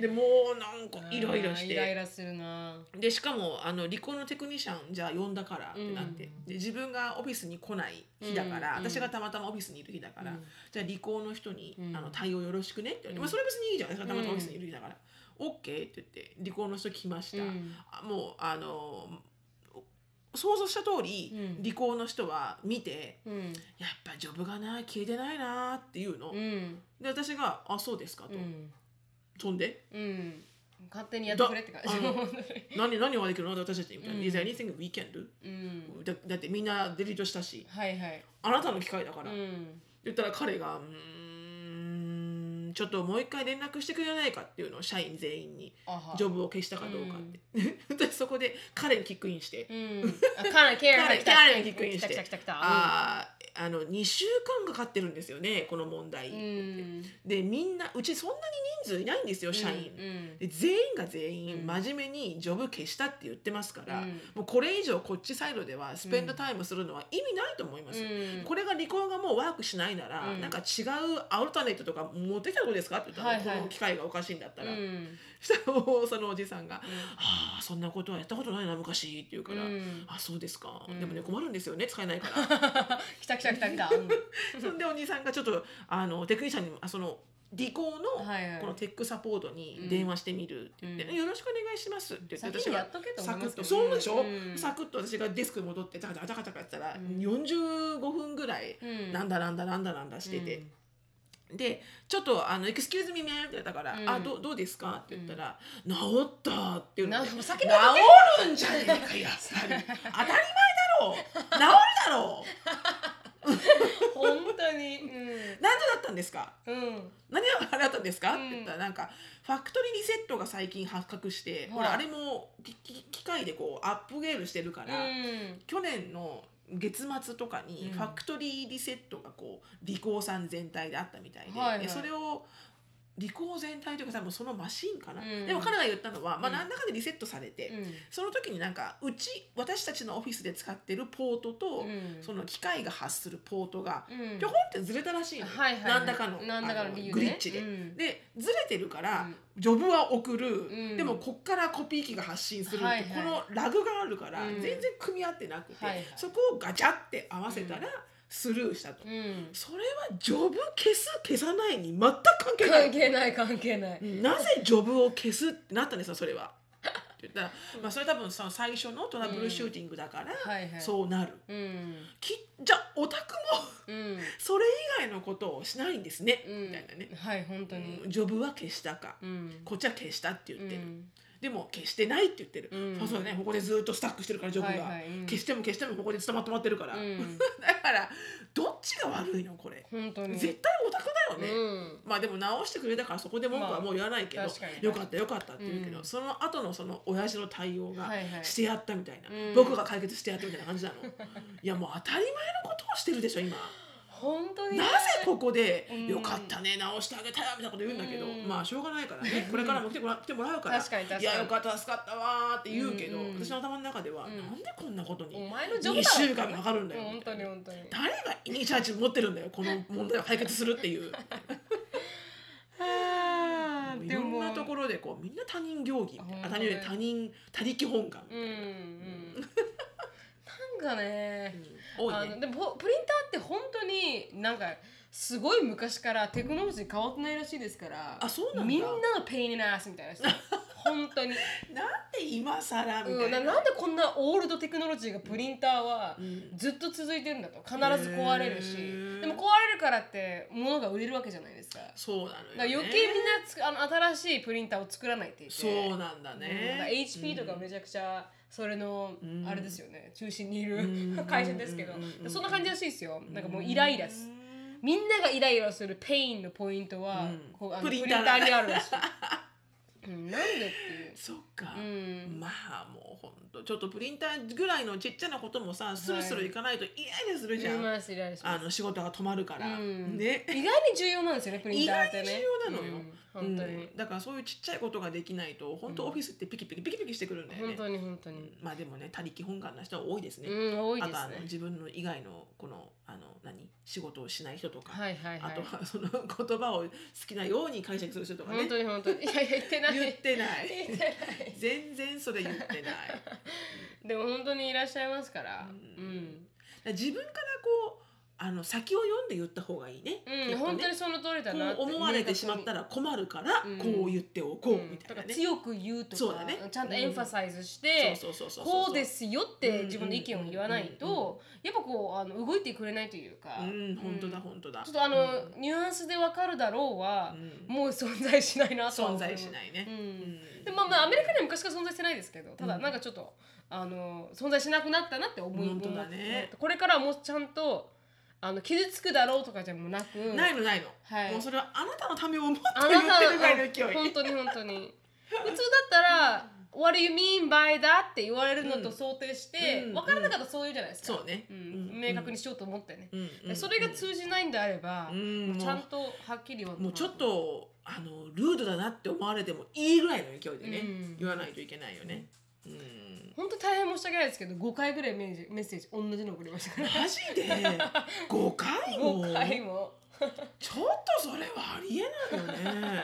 S2: でもうなんかイライラし
S1: うんイライ
S2: て。
S1: ラするな。
S2: でしかもあの離婚のテクニシャンじゃあ呼んだからってなって、
S1: うん
S2: で自分がオフィスに来ない日だから、
S1: うん
S2: 私がたまたまオフィスにいる日だから、
S1: うん
S2: じゃあ離婚の人に、
S1: うん
S2: あの対応よろしくねって言われて、まあ、それは別にいいじゃないですかたまたまオフィスにいる日だから、オッケーって言って離婚の人来ました、
S1: うん
S2: あもうあの想像した通り、
S1: うん
S2: 離婚の人は見て
S1: うん
S2: やっぱジョブがな消えてないなっていうの、
S1: うん
S2: で私が「あそうですか」と、
S1: うん
S2: そんで
S1: うん勝手にやってくれって感じ
S2: だあの
S1: 本当に
S2: 「何何ができるの私たち」みたいな「
S1: うん
S2: Is there anything we can do?
S1: うん
S2: だ」だってみんなデリートしたし
S1: はいはい
S2: あなたの機会だか
S1: う
S2: ら、って
S1: ん
S2: 言ったら彼が「うーんちょっともう一回連絡してくれないか」っていうのを社員全員に
S1: あは
S2: ジョブを消したかどうかって、 でそこで彼にキックインして「
S1: うんあカナケア
S2: 彼
S1: が来た
S2: 彼に聞くにして
S1: 来た来た来た来た
S2: あーあの2週間かかってるんですよねこの問題、
S1: うん
S2: でみんなうちそんなに人数いないんですよ社員、
S1: うん
S2: で全員が全
S1: う
S2: 員
S1: ん
S2: 真面目にジョブ消したって言ってますから、
S1: うん
S2: もうこれ以上こっちサイドではスペンドタイムするのは意味ないと思います、
S1: うん
S2: これが離婚がもうワークしないなら、
S1: うん
S2: なんか違うアルタネットとか持ってきたらどうですかって言ったら、
S1: はいはい
S2: この機会がおかしいんだった
S1: う
S2: ら、
S1: ん
S2: そしたらそのおじさんが「はあそんなことはやったことないな昔」って言うから「
S1: うん
S2: あそうですか、
S1: ん
S2: でもね困るんですよね使えな いから」
S1: 来た来た来た来たうん
S2: そんでお兄さんがちょっとあのテクニシャンにあその理工の
S1: はいはい
S2: このテックサポートに電話してみるって言って、
S1: うん
S2: よろしくお願いしますって言って
S1: 先にやっとけと思
S2: サ
S1: い
S2: ク
S1: ま
S2: ッ
S1: すけ
S2: と
S1: ど
S2: そうでしょ、
S1: うん
S2: サクッと私がデスクに戻ってタカタカタカタカやってたら
S1: うん
S2: 45分ぐらい
S1: うん
S2: なんだなんだなんだなんだしてて、でちょっとあの「エクスキューズミ m って言ったから「
S1: うん
S2: あどうどうですか?」って言ったら「治った」っていう
S1: な
S2: の
S1: ん
S2: で
S1: かもう
S2: 治
S1: 先にやっとけ
S2: るんじゃねえかやっ ぱり当たり前だろう治るだろう
S1: 本当にうん
S2: 何でだったんですか
S1: うん
S2: 何があれだったんですか?」っ
S1: うん
S2: て言ったらなんかファクトリーリセットが最近発覚して、
S1: い
S2: ほらあれもきき機械でこうアップゲールしてるか
S1: う
S2: ら、
S1: ん
S2: 去年の月末とかに
S1: うん
S2: ファクトリーリセットがこう利口さん全体であったみたいで,、
S1: はいはい
S2: でそれを利口全体というか多分そのマシンかな、
S1: うん
S2: でも彼が言ったのは、ま
S1: う
S2: あ、
S1: ん
S2: 何らかでリセットされて、
S1: うん
S2: その時になんかうち私たちのオフィスで使ってるポートと、
S1: うん
S2: その機械が発するポートが
S1: うん
S2: ぴょこんってずれたらしいの、
S1: はいはいはい
S2: 何らかの
S1: 何らかの
S2: あ
S1: 理由ね
S2: グリッチで、
S1: うん
S2: でずれてるから、
S1: う
S2: ジョブは送る、
S1: うん
S2: でもこっからコピー機が発信するって、
S1: はいはい
S2: このラグがあるから、
S1: うん
S2: 全然組み合ってなくて、
S1: はいはい
S2: そこをガチャって合わせたらスルーしたと、
S1: うん
S2: それはジョブ消す消さないに全く関係ない
S1: 関係ない関係ない
S2: なぜジョブを消すってなったんですよそ れは。って言ったら、まあ、それ多分その最初のトラブルシューティングだから、
S1: はいはい
S2: そうなる。
S1: うん
S2: きじゃあオタクも
S1: うん
S2: それ以外のことをしないんですね、
S1: うん
S2: みたいなね、
S1: はい本当に
S2: うんジョブは消したか、
S1: うん
S2: こっちは消したって言ってる、
S1: うん
S2: でも消してないって言ってる、
S1: うん
S2: そうそうねここでずっとスタックしてるからジョブが、
S1: はいはいうん
S2: 消しても消してもここでまとまってるから、
S1: うん
S2: だからどっちが悪いのこれ
S1: 本当に
S2: 絶対オタクだよね、
S1: うん
S2: まあでも直してくれたからそこで文句はもう言わないけど、
S1: まあ確かに
S2: よかったよかったって言うけど、
S1: うん
S2: その後のその親父の対応が
S1: はいはい
S2: してやったみたいな、
S1: うん
S2: 僕が解決してやったみたいな 感じなのいやもう当たり前のことをしてるでしょ今
S1: 本当に
S2: なぜここで
S1: うん
S2: 「よかったね直してあげたよ」みたいなこと言うんだけど、
S1: うん
S2: まあしょうがないからねこれからも来てもら来てもらうか ら
S1: 確かに確かに
S2: いやよかった助かったわ」って言うけど、
S1: うんうん
S2: 私の頭の中では、
S1: うん
S2: なんでこんなこと
S1: お
S2: に
S1: 前のジョブだ
S2: 2
S1: ろ
S2: 週間もかかるんだよ
S1: 本当に本当に
S2: 誰がイニシアチブ持ってるんだよこの問題を解決するっ ていう。
S1: あ
S2: いろんなところでこうみんな他人行儀みたい
S1: あ
S2: なあ他人
S1: 本当
S2: 他人他力本願、
S1: うんうんなんかね
S2: 多
S1: あ
S2: い
S1: の
S2: ね
S1: でもプリンターって本当になんかすごい昔からテクノロジー変わってないらしいですから
S2: あそうなんだ
S1: みんなのペインナースみたいな 人本当に
S2: なんで今更みた
S1: う
S2: い
S1: ん、な
S2: な,、
S1: なんでこんなオールドテクノロジーがプリンターは
S2: うん
S1: ずっと続いてるんだと必ず壊れるし
S2: へー
S1: でも壊れるからって物が売れるわけじゃないですかだか
S2: そうなの
S1: ら
S2: よ、ね、
S1: 余計みんなつくあの新しいプリンターを作らないって言って
S2: そうなんだ
S1: うんだから
S2: ね、
S1: HP とかめちゃくちゃそれの
S2: うん
S1: あれですよね中心にいうる
S2: ん
S1: 会社ですけど
S2: うん
S1: そんな感じらしいですよ
S2: うん
S1: なんかもうイライラすみんながイライラするペインのポイントは
S2: うん
S1: こうあのプ
S2: プ
S1: リ
S2: リ
S1: ン
S2: ン
S1: タ
S2: ター
S1: ーにあるらし いうんなんでっていう
S2: そっか、
S1: うん
S2: まあもうほんとちょっとプリンターぐらいのちっちゃなこともさスルスルいかないと嫌でするじゃん、
S1: イライラします
S2: あの仕事が止まるから、
S1: うん
S2: ね
S1: 意外に重要なんですよねプリンターってね
S2: 意外に重要なのよ
S1: うん本当に、
S2: うんだからそういうちっちゃいことができないと本当オフィスってピキピキピキピキしてくるんだよね
S1: 本、当に本当に
S2: まあでもね他力本願な人は多いですね。
S1: うん多いで
S2: あ
S1: す
S2: とあの
S1: ね
S2: 自分の以外のこのあの何仕事をしない人とか、
S1: はいはいはい
S2: あとはその言葉を好きなように解釈する人とかね
S1: 本当に本当にいやいや言って ない
S2: 言ってな
S1: 言っ
S2: い
S1: てない
S2: 全然それ言ってないだか
S1: でも本当にいらっしゃいますからうん、
S2: ら自分からこうあの先を読んで言った方がいいね,きっと
S1: うん
S2: ね、
S1: 本当にその通りだなって
S2: こう思われてしまったら困るから、
S1: うん
S2: こう言っておこう、
S1: うん
S2: みたい
S1: だ
S2: な
S1: か
S2: ね
S1: ら強く言うと
S2: そう
S1: か
S2: だね
S1: ちゃんとエンファサイズして、
S2: そうそうそうそう
S1: こうですすよって自分の意見を言わない
S2: うんうんうん
S1: とやっぱこうあの動いてくれないというか、
S2: うん本当だ本当だ
S1: ちょっとあの、ニュアンスでわかるだろうは
S2: う、ん
S1: もう存在しないなとは
S2: 存
S1: 思う
S2: 在しないね
S1: う、ん
S2: うん
S1: でまあまあアメリカには昔から存在してないですけどただ
S2: うん
S1: なんかちょっと、あの存在しなくなったなって思い
S2: 本当だね
S1: これからはもうちゃんとあの傷つくだろうとかじゃもうなく
S2: ないのないの、
S1: はい
S2: もうそれはあなたのためを思って
S1: あ
S2: 言
S1: な
S2: ったてるぐらいの勢い
S1: 本当に本当に普通だったら「What do you mean by that?」って言われるのと想定して、
S2: うん
S1: 分からなかったらそういうじゃないですか、
S2: そうね、
S1: う
S2: うん
S1: ん、明確にしようと思ってね、
S2: うんうん
S1: それが通じないんであれば、
S2: うん
S1: もうちゃんとはっきりは
S2: もうちょっとあのルードだなって思われてもいいぐらいの勢いでね、
S1: うん
S2: 言わないといけないよね、うん
S1: 本当大変申し訳ないですけど5回ぐらいメッセージメッセージ同じの送りましたから
S2: マジで 5回も
S1: 5回も
S2: ちょっとそれはありえないよね、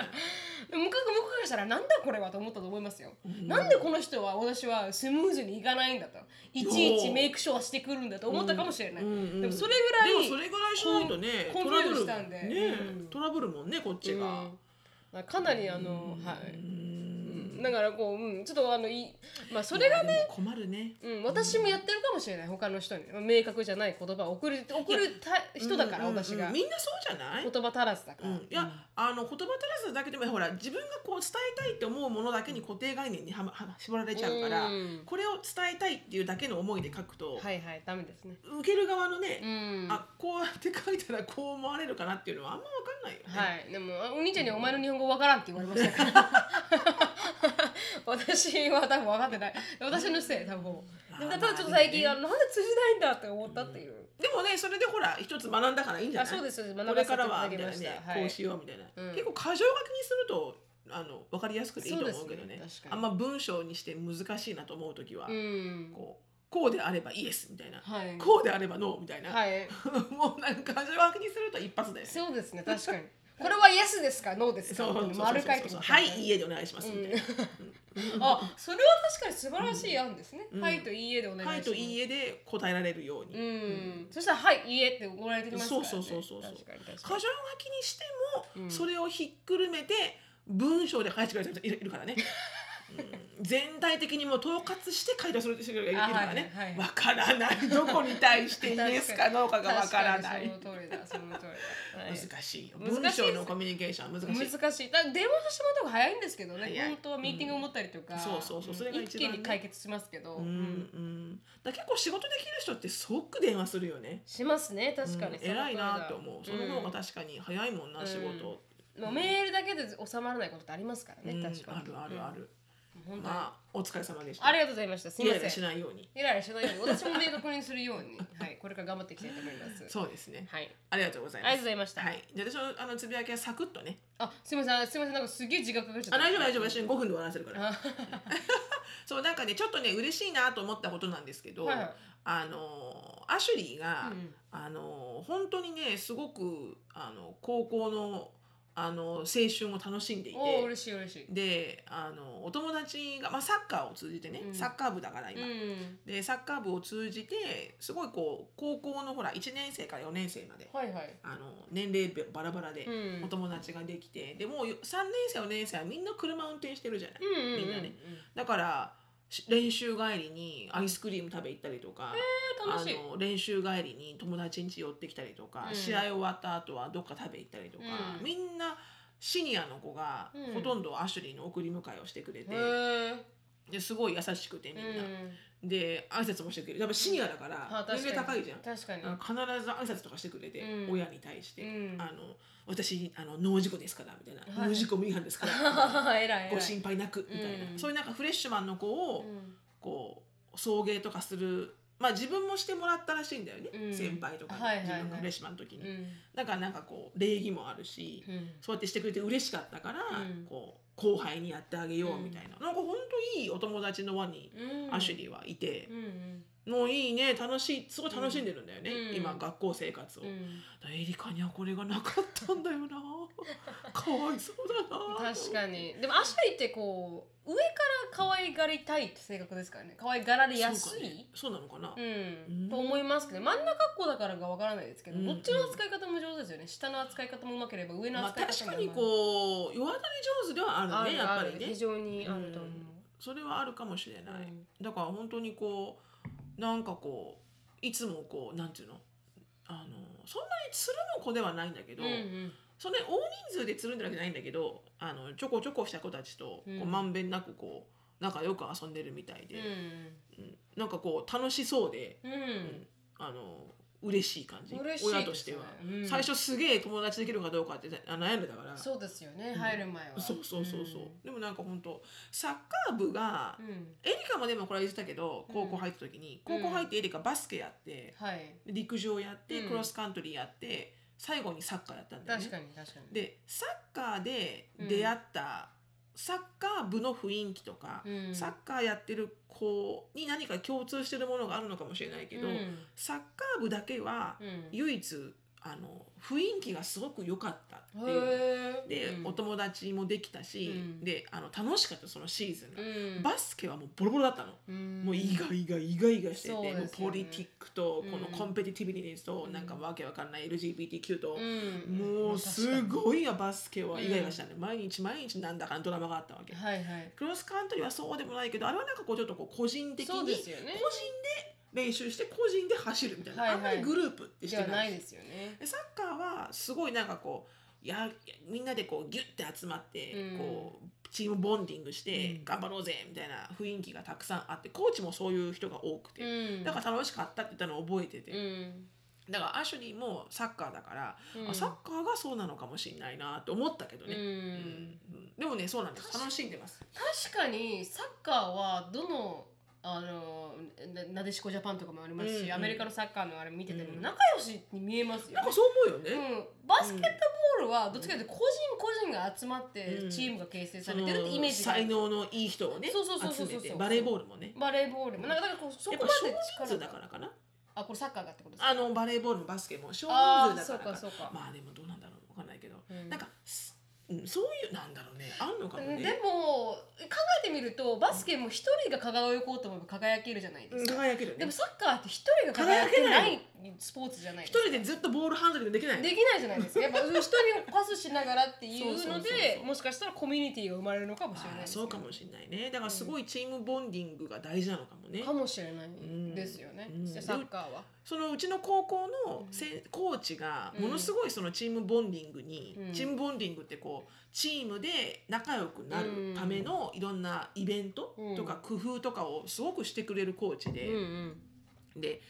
S1: 向こう向こうからしたらなんだこれはと思ったと思いますよ、
S2: うん
S1: なんでこの人は私はスムーズにいかないんだといちいちメイクショーはしてくるんだと思ったかもしれない、
S2: うんうん
S1: でもそれぐらい
S2: でもそれぐらいしないとね
S1: コンコント
S2: ト
S1: ロー
S2: ラブ
S1: ル
S2: ル
S1: したんで
S2: ね、
S1: うん
S2: トラブルもんねこっちが、
S1: うんかなりあの、は
S2: う
S1: い
S2: ん
S1: だからこう、うん、ちょっとあのいまあそれがね、
S2: でも困るね
S1: うん、私もやってるかもしれない他の人にまあ明確じゃない言葉を送る送るた人だから、
S2: うんうんうん
S1: 私が、
S2: みんなそうじゃない
S1: 言葉足らずだから、
S2: うん、いや、あの言葉足らずだけでもほら自分がこう伝えたいって思うものだけに固定概念にはまはま絞られちゃうから、
S1: ん
S2: これを伝えたいっていうだけの思いで書くと、
S1: はいはいダメですね
S2: 受ける側のね
S1: う、ん
S2: あこうやって書いたらこう思われるかなっていうのはあんま分かんないよね。
S1: はい、でもあお兄ちゃんに「お前の日本語わからん」って言われましたから 私は多分分かってない私のせい多分でもただちょっと最近あのなんで通じないんだって思ったっていう、
S2: でもねそれでほら一つ学んだからいいんじゃ
S1: あ
S2: ない
S1: そうですそうです
S2: これからはみたいな
S1: 学ばせてい
S2: ね
S1: ただきました
S2: こうしようみたいな、
S1: うん
S2: 結構箇条書きにするとあの分かりやすくていいと思うけどね
S1: そうですね確か
S2: あ
S1: に
S2: んま文章にして難しいなと思う時は、
S1: うん
S2: こうこうであればイエスみたいな、
S1: はい
S2: こうであればノーみたいな、
S1: はい
S2: もうなんか箇条書きにすると一発だよね。
S1: そうです ね確かにこれはイエスですかノーですか
S2: そうそうそうそう
S1: 丸書いてます
S2: はい、いいえでお願いしますみたいな。
S1: あそれは確かに素晴らしい案ですね、
S2: うん
S1: はいといいえでお願いします
S2: はいといいえで答えられるよう
S1: う
S2: に。
S1: ん、そしたら「はいいいえ」って怒られてきますから、ね、
S2: そうそうそうそうそう
S1: 確かに確
S2: 箇
S1: か
S2: 条
S1: に
S2: 書きにしても、
S1: うん
S2: それをひっくるめて文章で書いてくれる人いるいるからね。うん全体的にもう統括して回答する人がいるからね
S1: あはいはいはい。
S2: わ、からないどこに対してイエスかノーかがわからな
S1: 確
S2: い。
S1: か にその通りだその通りだ、ははい
S2: 難しいよ
S1: 難しい
S2: 文
S1: です
S2: 章のコミュニケーションは難しい
S1: 難しいだから電話してもらった方が早いんですけどね
S2: 早い
S1: 本当はミーティングを持ったりとか、
S2: うんそうそうそうそれが一
S1: 一
S2: 番ね
S1: 気に解決しますけど、
S2: うんうん、だから結構仕事できる人って即電話するよね
S1: しますね確かに、
S2: うん偉いなと思うその方が
S1: か
S2: 確かに早いもんな、
S1: うん
S2: 仕事、
S1: に、もうメールだけで収まらないことってありますからね、
S2: うん
S1: 確かに
S2: あるあるあ、る、
S1: うん本当に
S2: まあお疲れ様でした
S1: ありがとうございましたす
S2: イ
S1: みま
S2: ライ
S1: せ
S2: ラ
S1: ん
S2: しないように
S1: イライラしないよ うに私も明確にするように、はい、これから頑張っていきたいと思います
S2: そうですね
S1: はい
S2: ありがとうござ
S1: あ
S2: い
S1: りが
S2: ま
S1: とうご
S2: す
S1: ざいました、
S2: はい、じゃあ私のあのつぶやきはサクッとね
S1: あすみませんすみませんなんかすげえ時間かかっちゃった
S2: あ大丈夫大丈夫私5分で終 わらせるから
S1: あ
S2: そうなんかねちょっとね嬉しいなと思ったことなんですけど、
S1: はいはい
S2: あのアシュリーが、
S1: うん
S2: あの本当にねすごくあの高校のあの青春を楽しんでい
S1: おー
S2: て
S1: 嬉しい嬉しい
S2: であのお友達が、まあ、サッカーを通じてね、
S1: うん
S2: サッカー部だから
S1: う
S2: 今、
S1: ん
S2: でサッカー部を通じてすごいこう高校のほら1年生から4年生まで
S1: はいはい
S2: あの年齢バラバラで
S1: うん
S2: お友達ができて、でもう3年生4年生はみんな車運転してるじゃない、
S1: うんうんうん
S2: みんなねだからし練習帰りにアイスクリーム食べ行ったりとか、
S1: えー楽しい
S2: あの練習帰りに友達ん家寄ってきたりとか、
S1: うん
S2: 試合終わった後はどっか食べ行ったりとか、
S1: うん
S2: みんなシニアの子が
S1: うん
S2: ほとんどアシュリーの送り迎えをしてくれて、
S1: へ
S2: ですごい優しく
S1: え
S2: てみんな、で挨拶もしてくれるやっぱシニアだから
S1: あ確かに
S2: 年齢高いじゃん。
S1: 確かに
S2: あの必ず挨拶とかしてくれて、
S1: うん
S2: 親に対して、
S1: うん
S2: あの「私あの脳事故ですから」みたいな「
S1: はい
S2: 脳事故無違反ですから」
S1: えらい 偉い
S2: ご心配なく」みたいな、
S1: うん
S2: そういうなんかフレッシュマンの子を、
S1: うん
S2: こう送迎とかするまあ自分もしてもらったらしいんだよね、
S1: うん
S2: 先輩とかに、
S1: はいはいはい
S2: 自分がフレッシュマンの時に、
S1: うん
S2: だからなんかこう礼儀もあるし、
S1: うん
S2: そうやってしてくれて嬉しかったから、
S1: うん
S2: こう後輩にやってあげようみたいな、なんかほんといいお友達の輪に
S1: うん
S2: アシュリーはいて
S1: う、んうん
S2: もういいね楽しいすごい楽しんでるんだよね、
S1: うん
S2: 今学校生活を、
S1: うん
S2: エリカにはこれがなかったんだよ なかわいそうだな
S1: 確かにでもアシュリーってこう上から可愛がりたいって性格ですからね可愛がられやす
S2: そうか
S1: い
S2: ねそうなのかな、
S1: うん
S2: うん
S1: と思いますけど真ん中っ子だからかわからないですけど、
S2: うん
S1: どっちの扱い方も上手ですよね下の扱い方もうまければ上の
S2: まあ
S1: 扱い
S2: 確
S1: 方も
S2: か
S1: 上手い
S2: にこう弱当たり上手ではあ
S1: あ
S2: るね
S1: る
S2: や
S1: あ
S2: っ
S1: る
S2: ぱりね
S1: 非常にあると思う、
S2: それはあるかもしれない、
S1: うん
S2: だから本当にこうなんかこういつもこうなんていうのあのそんなにつるむ子ではないんだけど、
S1: うんうん
S2: そんなに大人数でつるんでるわけじゃないんだけどあのちょこちょこした子たちとこう
S1: うん
S2: まんべんなくこう仲良く遊んでるみたいで、
S1: う
S2: うんなんかこう楽しそうで、
S1: んうん
S2: あの嬉しい感じ
S1: 嬉しい
S2: 親としては、
S1: ですねうん
S2: 最初すげえ友達できるかどうかってあ悩んでたから
S1: そうですよね入る前は、
S2: そうそうそうそう、でもなんか本当サッカー部が、
S1: うん、うん
S2: エリカもでもこれ言ってたけど高校入った時に、
S1: うん
S2: 高校入ってエリカバスケやって、
S1: はい
S2: 陸上やって
S1: うん
S2: クロスカントリーやって最後にサッカーやったんだよね
S1: 確かに確かに
S2: でサッカーで出会った、サッカー部の雰囲気とか、
S1: うん
S2: サッカーやってる子に何か共通してるものがあるのかもしれないけど、
S1: うん
S2: サッカー部だけは
S1: うん、
S2: 唯一あの雰囲気がすごく良かったっていうのが
S1: へー
S2: で、
S1: うん
S2: お友達もできたし、
S1: うん
S2: であの楽しかったそのシーズンが、
S1: うん
S2: バスケはもうボロボロだったの、
S1: うん
S2: もうイガイガイガイガしてて、
S1: そうですよ
S2: も
S1: ね
S2: うポリティックとこの
S1: うん
S2: コンペティティビリティと、
S1: うん
S2: なんかわけわかんない LGBTQ と、
S1: うん
S2: もうす
S1: い
S2: ごいよバスケはイガイガしたね、毎日毎日なんだかんドラマがあったわけ、
S1: はいはい
S2: クロスカントリーはそうでもないけどあれはなんかこうちょっとこう個人的に
S1: そう
S2: 個人
S1: です
S2: で
S1: よね
S2: 練習して個人で走るみたいな、
S1: はいはい
S2: あんまりグループってし
S1: で
S2: て
S1: は
S2: な
S1: ないいですよね
S2: でサッカーはすごいなんかこういやみんなでこうギュッて集まって、
S1: うん
S2: こうチームボンディングして、
S1: うん
S2: 頑張ろうぜみたいな雰囲気がたくさんあってコーチもそういう人が多くて、
S1: うん
S2: だから楽しかったって言ったのを覚えてて、
S1: うん
S2: だからアシュリーもサッカーだから、
S1: うん
S2: あサッカーがそうなのかもしれないなと思ったけど
S1: う
S2: ね、うん
S1: ん
S2: うんでもねそうなんです
S1: 確か
S2: 楽しんでます
S1: 確かにサッカーはどのあのななでしこジャパンとかもありますし、
S2: うんうん
S1: アメリカのサッカーのあれ見てて
S2: う
S1: も
S2: ん
S1: 仲良しに見えますよ
S2: なん
S1: ね
S2: か、そう思うよ
S1: う
S2: ね、
S1: ん、バスケットボールはどっちかというと個人個人が集まって
S2: うん
S1: チームが形成
S2: そ
S1: され
S2: の
S1: てるってイメージがある
S2: 才能のいい人をね
S1: そうそうそうそうそう
S2: 集めてバレーボールもね
S1: バレーボールもなんかだからこうそ
S2: や
S1: こ
S2: っ
S1: ま
S2: ぱ
S1: で
S2: 少人
S1: 力
S2: 数
S1: が
S2: だからかな
S1: あこれサッカーがってことですか
S2: あのバレーボールもバスケも少
S1: あ
S2: 人
S1: ー
S2: 数だから
S1: そうかそうか
S2: まあでもどうなんだろうわかんないけど、
S1: うん
S2: なんか、すうん、そういうなんだろうねあんのかも
S1: うんで
S2: ね、
S1: も考えてみるとバスケも一人が輝こうと思えば輝けるじゃないで
S2: うん
S1: すか、
S2: 輝けるよね
S1: でもサッカーって一人が輝けないスポーツじゃない
S2: 一人でずっとボールハンドリングできない
S1: できないじゃないですかやっぱ人にパスしながらっていうので
S2: そうそうそうそう
S1: もしかしたらコミュニティが生まれるのかもしれない
S2: あ
S1: で
S2: ー
S1: すね
S2: そうかもしれないねだからすごいチームボンディングが大事なのかもね、
S1: かもしれない
S2: ん
S1: ですよね、
S2: うん
S1: じゃあサッカーは、
S2: そのうちの高校のせんコーチがものすごいそのチームボンディングに、
S1: うん
S2: チームボンディングってこうチームで仲良くなるためのいろんなイベントとか工夫とかをすごくしてくれるコーチ
S1: う
S2: で、
S1: ん
S2: で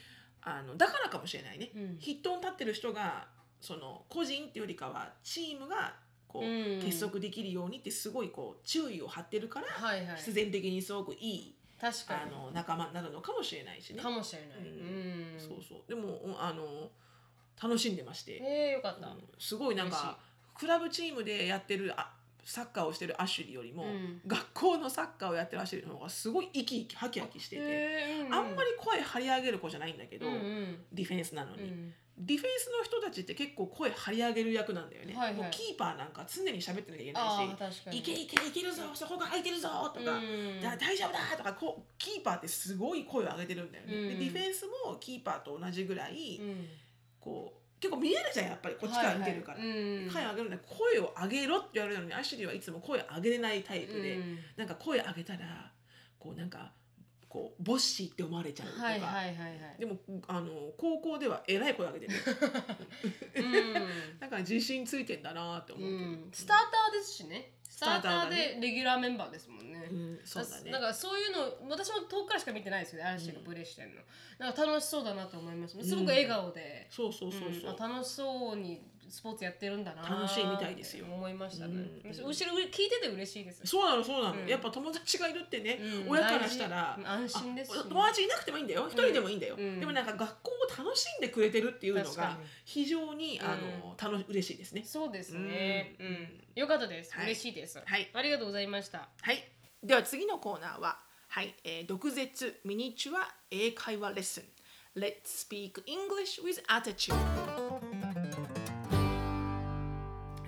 S2: あのだからかもしれないね、
S1: うん
S2: 筆頭に立ってる人がその個人っていうよりかはチームがこう、
S1: うん
S2: 結束できるようにってすごいこう注意を張ってるから、
S1: はいはい
S2: 必然的にすごくいい
S1: 確か
S2: あの仲間になるのかもしれないし
S1: に
S2: ね
S1: か。もしれない、
S2: う
S1: うん
S2: そうそうでもうんあの楽しんでまして、
S1: えー、よかっ
S2: う
S1: た、
S2: んすごいなんかクラブチームでやってるあサッカーをしてるアシュリーよりも、
S1: うん
S2: 学校のサッカーをやってるアシュリーの方がすごい生き生きハキハキしてて、
S1: えーうん、
S2: あんまり声張り上げる子じゃないんだけど、
S1: うんうん
S2: ディフェンスなの
S1: う
S2: に、
S1: ん
S2: ディフェンスの人たちって結構声張り上げる役なんだよね、
S1: はいはい
S2: もうキーパーなんか常に喋ってなきゃいけ
S1: あ
S2: な
S1: あ確か
S2: いし「
S1: に
S2: いけいけいけるぞそこが空いてるぞ」とか、
S1: うん
S2: だ大丈夫だとかこうキーパーってすごい声を上げてるんだよね、
S1: うん
S2: でディフェンスもキーパーと同じぐらい、
S1: うん
S2: こう結構見えるじゃんやっぱりこっちから見てるから、
S1: はいはいうん、
S2: 声を上げるんだよ声を上げろって言われるのにアシュリーはいつも声を上げれないタイプで、
S1: うん
S2: なんか声上げたらこうなんかこうボッシーって思われちゃうとか、
S1: はいはいはいはい
S2: でもあの高校ではえらい声上 げてるだから自信ついてんだなって
S1: う
S2: 思うけど、
S1: ん、スターターですしねスタータ
S2: スターター
S1: ー
S2: がね
S1: でレギュラーメンバーですもんね、
S2: うんそうだね
S1: なんかそういうの私も遠くからしか見てないですよね嵐がブレしてるの、なんか楽しそうだなと思いますすごく笑顔で、
S2: そうそうそうそう、
S1: うんあ楽しそうにスポーツやってるんだな
S2: 楽しいみたいですよ
S1: って思いましたね、
S2: うん
S1: 後ろ聞いてて嬉しいです、
S2: そうなのそうなの、
S1: うん
S2: やっぱ友達がいるってね、
S1: うん
S2: 親からしたら
S1: 大事安心ですし
S2: あ友達いなくてもいいんだよ一人でもいいんだよ、
S1: うん
S2: でもなんか学校を楽しんでくれてるっていうの
S1: 確か
S2: が
S1: に
S2: 非常に、あの楽し嬉しいですね
S1: そうですね、
S2: う
S1: うんんよかったです、
S2: はい
S1: 嬉しいです、
S2: はい
S1: ありがとうございました
S2: はいでは次のコーナーははい、えー、毒舌ミニチュア英会話レッスン Let's speak English with attitude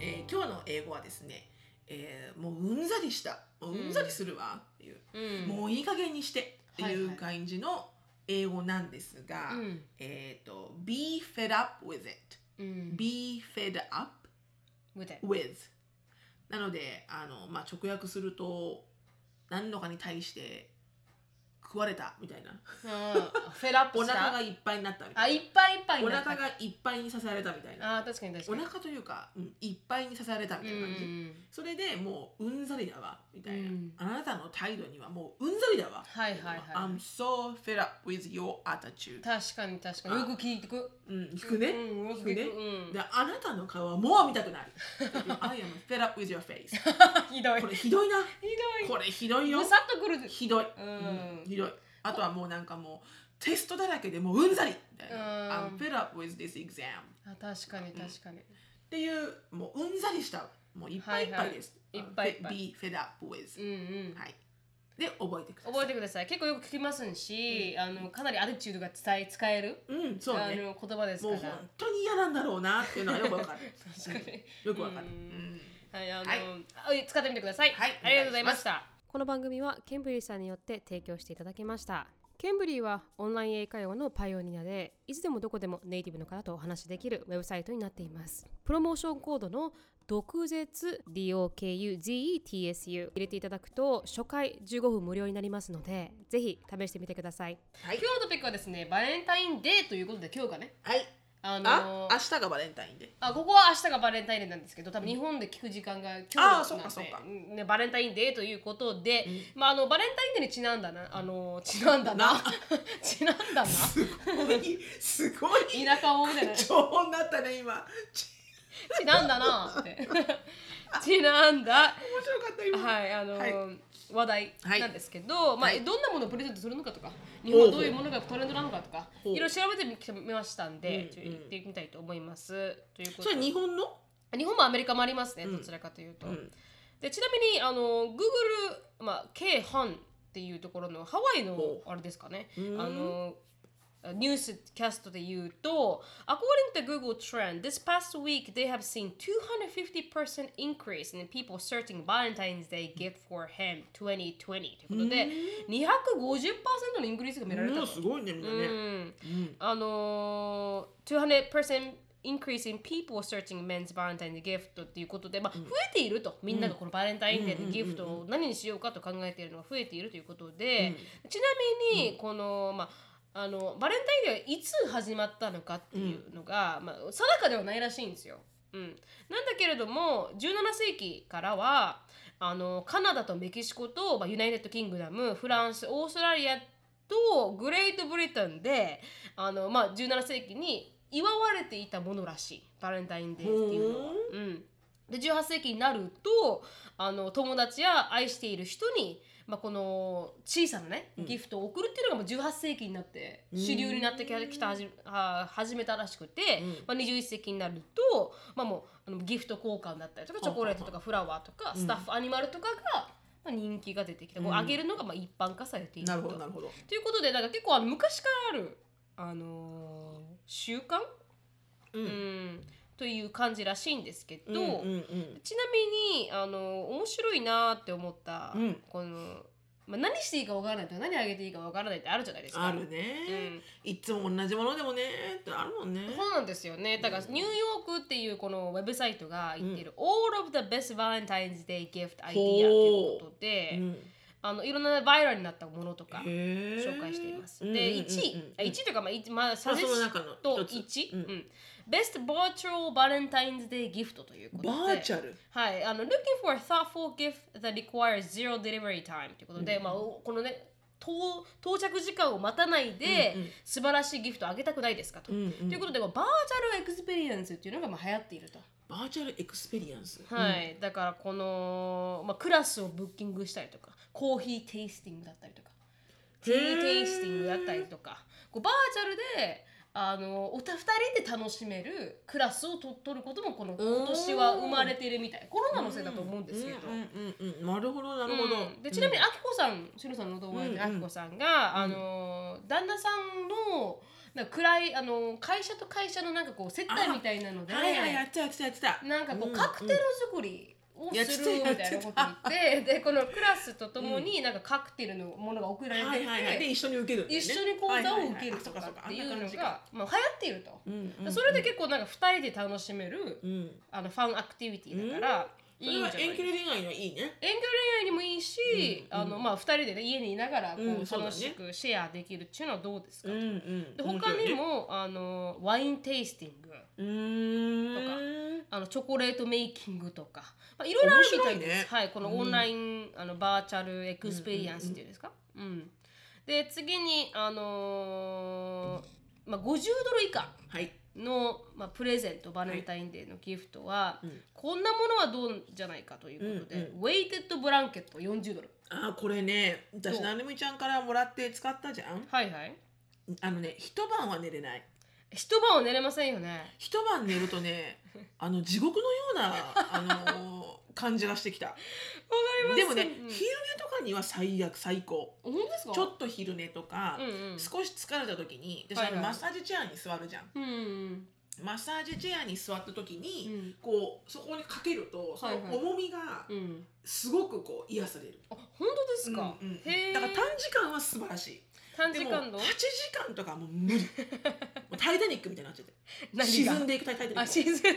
S2: えー、今日の英語はですね、えー、もううんざりしたもううんざりするわっていう、
S1: うん
S2: もういい加減にしてって
S1: はい
S2: い
S1: は
S2: う
S1: い
S2: 感じの英語なんですが、
S1: うん
S2: えっ、と be fed up with it
S1: うん
S2: be fed up
S1: 無駄
S2: with なのであの、まあ、直訳すると何とかに対して食われたみたいな
S1: うんフェラッ
S2: お
S1: プした
S2: 腹がいっぱいになったみた
S1: あ
S2: い
S1: いっぱいいっぱい
S2: なお
S1: になった
S2: 腹がいっぱいに刺されたみたいな
S1: あー確かに確
S2: お
S1: かに
S2: 腹というか、うん、いっぱいに刺されたみたいな感じ、
S1: うん
S2: それでもううんざりだわみたいな、
S1: うん
S2: あなたの態度にはもううんざりだわ
S1: はいはいはい
S2: I'm so fed up with your attitude
S1: 確かに確かによく聞いてく
S2: うん、聞くね、
S1: うん
S2: 聞くね、
S1: うん
S2: であなたの顔はもう見たくない I am fed up with your face
S1: ひどい
S2: これひどいな
S1: ひどい
S2: これひどいよ
S1: ぐさっとくる
S2: ひどい、
S1: ん
S2: ひどいあとはもうなんかもうテストだらけでもううんざりみたいな
S1: うん
S2: I'm fed up with this exam
S1: あ確かに確かに
S2: っていうもううんざりしたもういっぱいいっぱいです、
S1: はいはいいっぱいいっぱい
S2: be fed up with、
S1: うんうん
S2: はいで覚えてください
S1: 覚えてください結構よく聞きますしあのかなりアティチュードが伝え使える
S2: うんそう
S1: あ
S2: ね
S1: の言葉です
S2: も
S1: か
S2: う
S1: ら
S2: 本当に嫌なんだろうなっていうのはよくわかる
S1: 確かに
S2: よくわかる、
S1: う
S2: うん
S1: はい、あの、
S2: はい
S1: あ使ってみてください。
S2: はい
S1: ありがとうございまし
S2: お願
S1: た。この番組はケンブリーさんによって提供していただきました。ケンブリーはオンライン英会話のパイオニアで、いつでもどこでもネイティブの方とお話しできるウェブサイトになっています。プロモーションコードの毒舌 DOKUZETSU 入れていただくと初回15分無料になりますので、ぜひ試してみてください。
S2: はい
S1: 今日のトピックはですね、バレンタインデーということで今日がね、
S2: はい
S1: あ
S2: あ
S1: の
S2: 明日がバレンタインで
S1: あここは明日がバレンタインデーなんですけど多分日本で聞く時間が今日
S2: あー
S1: な
S2: そっか
S1: の
S2: そっ
S1: で
S2: か
S1: うんね、バレンタインデーということで、まあ、あのバレンタインデーにちなんだなあの ちなんだなちなんだな
S2: すご い、すごい。
S1: 田舎をみ たいなち
S2: 情報になったね、今。ち
S1: なんだなって ちなんだ
S2: 面白かった、今。
S1: はいあの、
S2: はい
S1: 話題なんですけど、まあ
S2: はい
S1: どんなものをプレゼントするのかとか日
S2: ほう
S1: 本ど
S2: ほう
S1: ういうものがトレンドなのかとかい
S2: ほう
S1: ろいろ調べてみましたんで、
S2: う
S1: ち
S2: ん
S1: ょっと言ってみたいと思います。ということ
S2: それ
S1: で
S2: 日本の。
S1: 日本もアメリカもありますね、
S2: うん
S1: どちらかというと。
S2: うん
S1: でちなみにあの Google、まあ、K ハンっていうところのハワイの
S2: ほ
S1: あれですかね
S2: うん
S1: あのニュースキャストで言うと、According to Google Trend, this past week they have seen 250% increase in people searching Valentine's Day gift for him 2020ということで、250%のイングリスが見られた
S2: も
S1: の
S2: う。すごいねみんな
S1: う
S2: ね、
S1: ん
S2: うん
S1: あのー、200% increase in people searching men's Valentine's gift っていうことで、まあ、増えていると、みんながこのバレンタインデーのギフトを何にしようかと考えているのが増えているということで、ちなみにこの、まああのバレンタインデーはいつ始まったのかっていうのが、まあ、定かではないらしいんですよ。うん、なんだけれども17世紀からはあのカナダとメキシコと、まあ、ユナイテッド・キングダムフランスオーストラリアとグレート・ブリテンであの、まあ、17世紀に祝われていたものらしいバレンタインデーっていうのは。うん、で18世紀になるとあの友達や愛している人に、まあ、この小さなねギフトを贈るっていうのがもう18世紀になって主流になってきたきたはじは始めたらしくて、まあ、21世紀になると、まあ、もうあのギフト交換だったりとかチョコレートとかフラワーとかスタッフアニマルとかが、まあ、人気が出てきてこうあげるのがまあ一般化されている
S2: な
S1: と。
S2: るほどなるほど
S1: ということでなんか結構あの昔からある、あのー習慣、
S2: うん
S1: うんという感じらしいんですけど、
S2: うんうんうん
S1: ちなみにあの面白いなって思った、
S2: うん
S1: この、まあ、何していいかわからないとか何あげていいかわからないってあるじゃないですか。
S2: ある
S1: う
S2: ね、
S1: ん、
S2: いつも同じものでもねってあるもんね
S1: そうなんですよねだからニューヨークっていうこのウェブサイトが言ってる「All of the best Valentine's Day gift idea」ということで、
S2: うん
S1: あのいろんなバイラルになったものとか紹
S2: 紹
S1: 介しています。で1位あ1位というかまあ一まあサジェ
S2: その
S1: ス
S2: 中の
S1: ト
S2: 一つ
S1: 1、
S2: う
S1: うんん、Best Virtual Valentine's Day Gift ということで
S2: バーチャル
S1: はい、あの looking for a thoughtful gift that requires zero delivery time ということで、まあおこのね到到着時間を待たないで、
S2: うんうん
S1: 素晴らしいギフトをあげたくないですかと。
S2: うんうん
S1: ということでこうバーチャルエクスペリエンスっていうのがまあ流行っていると。
S2: バーチャルエクスペリエンス
S1: はい、だからこの、まあ、クラスをブッキングしたりとかコーヒーテイスティングだったりとかティーテイスティングだったりとかこうバーチャルであのおた2人で楽しめるクラスをと取ることもこの今年は生まれているみたいコロナのせいだと思うんですけど。
S2: うんうんうんなるほどなるほど、
S1: うんでちなみにあきこさん、しろさんの動画
S2: うんう
S1: で
S2: ん
S1: あきこさんが、あのー旦那さんのなんか暗いあのー会社と会社のなんかこう接待みたいなので、
S2: はいはいやってたやってたやってた
S1: なんかこ
S2: う
S1: うんカクテル作りを
S2: やっ
S1: す
S2: て
S1: る
S2: た
S1: みたいなこと言ってでこのクラスとともになんかカクテルのものが送られて
S2: は
S1: き
S2: いはいはい
S1: て
S2: で一緒に受けるんだよね
S1: 一緒に講座を受ける
S2: はいはいはいあそ
S1: と
S2: っか
S1: か
S2: そっか
S1: っていう
S2: あんな
S1: の
S2: 感じか
S1: がまあ流行っていると
S2: うんうんうん
S1: それで結構なんか2人で楽しめる
S2: うん
S1: あのファンアクティビティだからい
S2: そ
S1: いんじ
S2: れ
S1: ゃなで
S2: はい
S1: すか
S2: 遠距離恋愛にはいい
S1: 遠
S2: ね
S1: 距離恋愛にもいいし、あのまあ、2人で、ね、家にいながらこう、
S2: うんそうだ
S1: 楽
S2: ね
S1: しくシェアできるっていうのはどうですか、
S2: うんうん
S1: で
S2: 面白
S1: 他
S2: い
S1: に
S2: ね
S1: も、あのワインテイスティング
S2: うー
S1: と
S2: ん
S1: かあのチョコレートメイキングとか、まあ、いろいろあるみたいです
S2: 面白いね
S1: はい、このオンライン、あのバーチャルエクスペリエンスっていうんですか、うんで次に、あのーまあ、50ドル以下
S2: はい
S1: の、まあ、プレゼントバレンタインデーのギフトは、
S2: ん
S1: こんなものはどうじゃないかということで、
S2: うん
S1: ウェイテッドブランケット40ドル
S2: あーこれね
S1: ど
S2: 私
S1: う
S2: なるみちゃんからもらって使ったじゃん
S1: はいはい
S2: あのね一晩は寝れない
S1: 一晩は寝れませんよね
S2: 一晩寝ると ねあの地獄のようなあのー感じがして きたでもね、
S1: うん
S2: 昼寝とかには最悪最高
S1: 本当ですか
S2: ちょっと昼寝とか、
S1: うんうん
S2: 少し疲れた時に私、
S1: はいはい
S2: あのマッサージチェアに座るじゃん
S1: うんうん
S2: マッサージチェアに座った時に、
S1: うん
S2: こうそこにかけるとその重みが
S1: うん
S2: すごくこう癒される、
S1: あ本当ですか、
S2: うんうん
S1: へえ
S2: だから短時間は素晴らしい
S1: 短
S2: で
S1: 時
S2: も
S1: 間の
S2: 8時間とかはも う無理もうタイタニックみたいになっちゃって
S1: 何が
S2: 沈んでいくタイタニック
S1: あ沈んで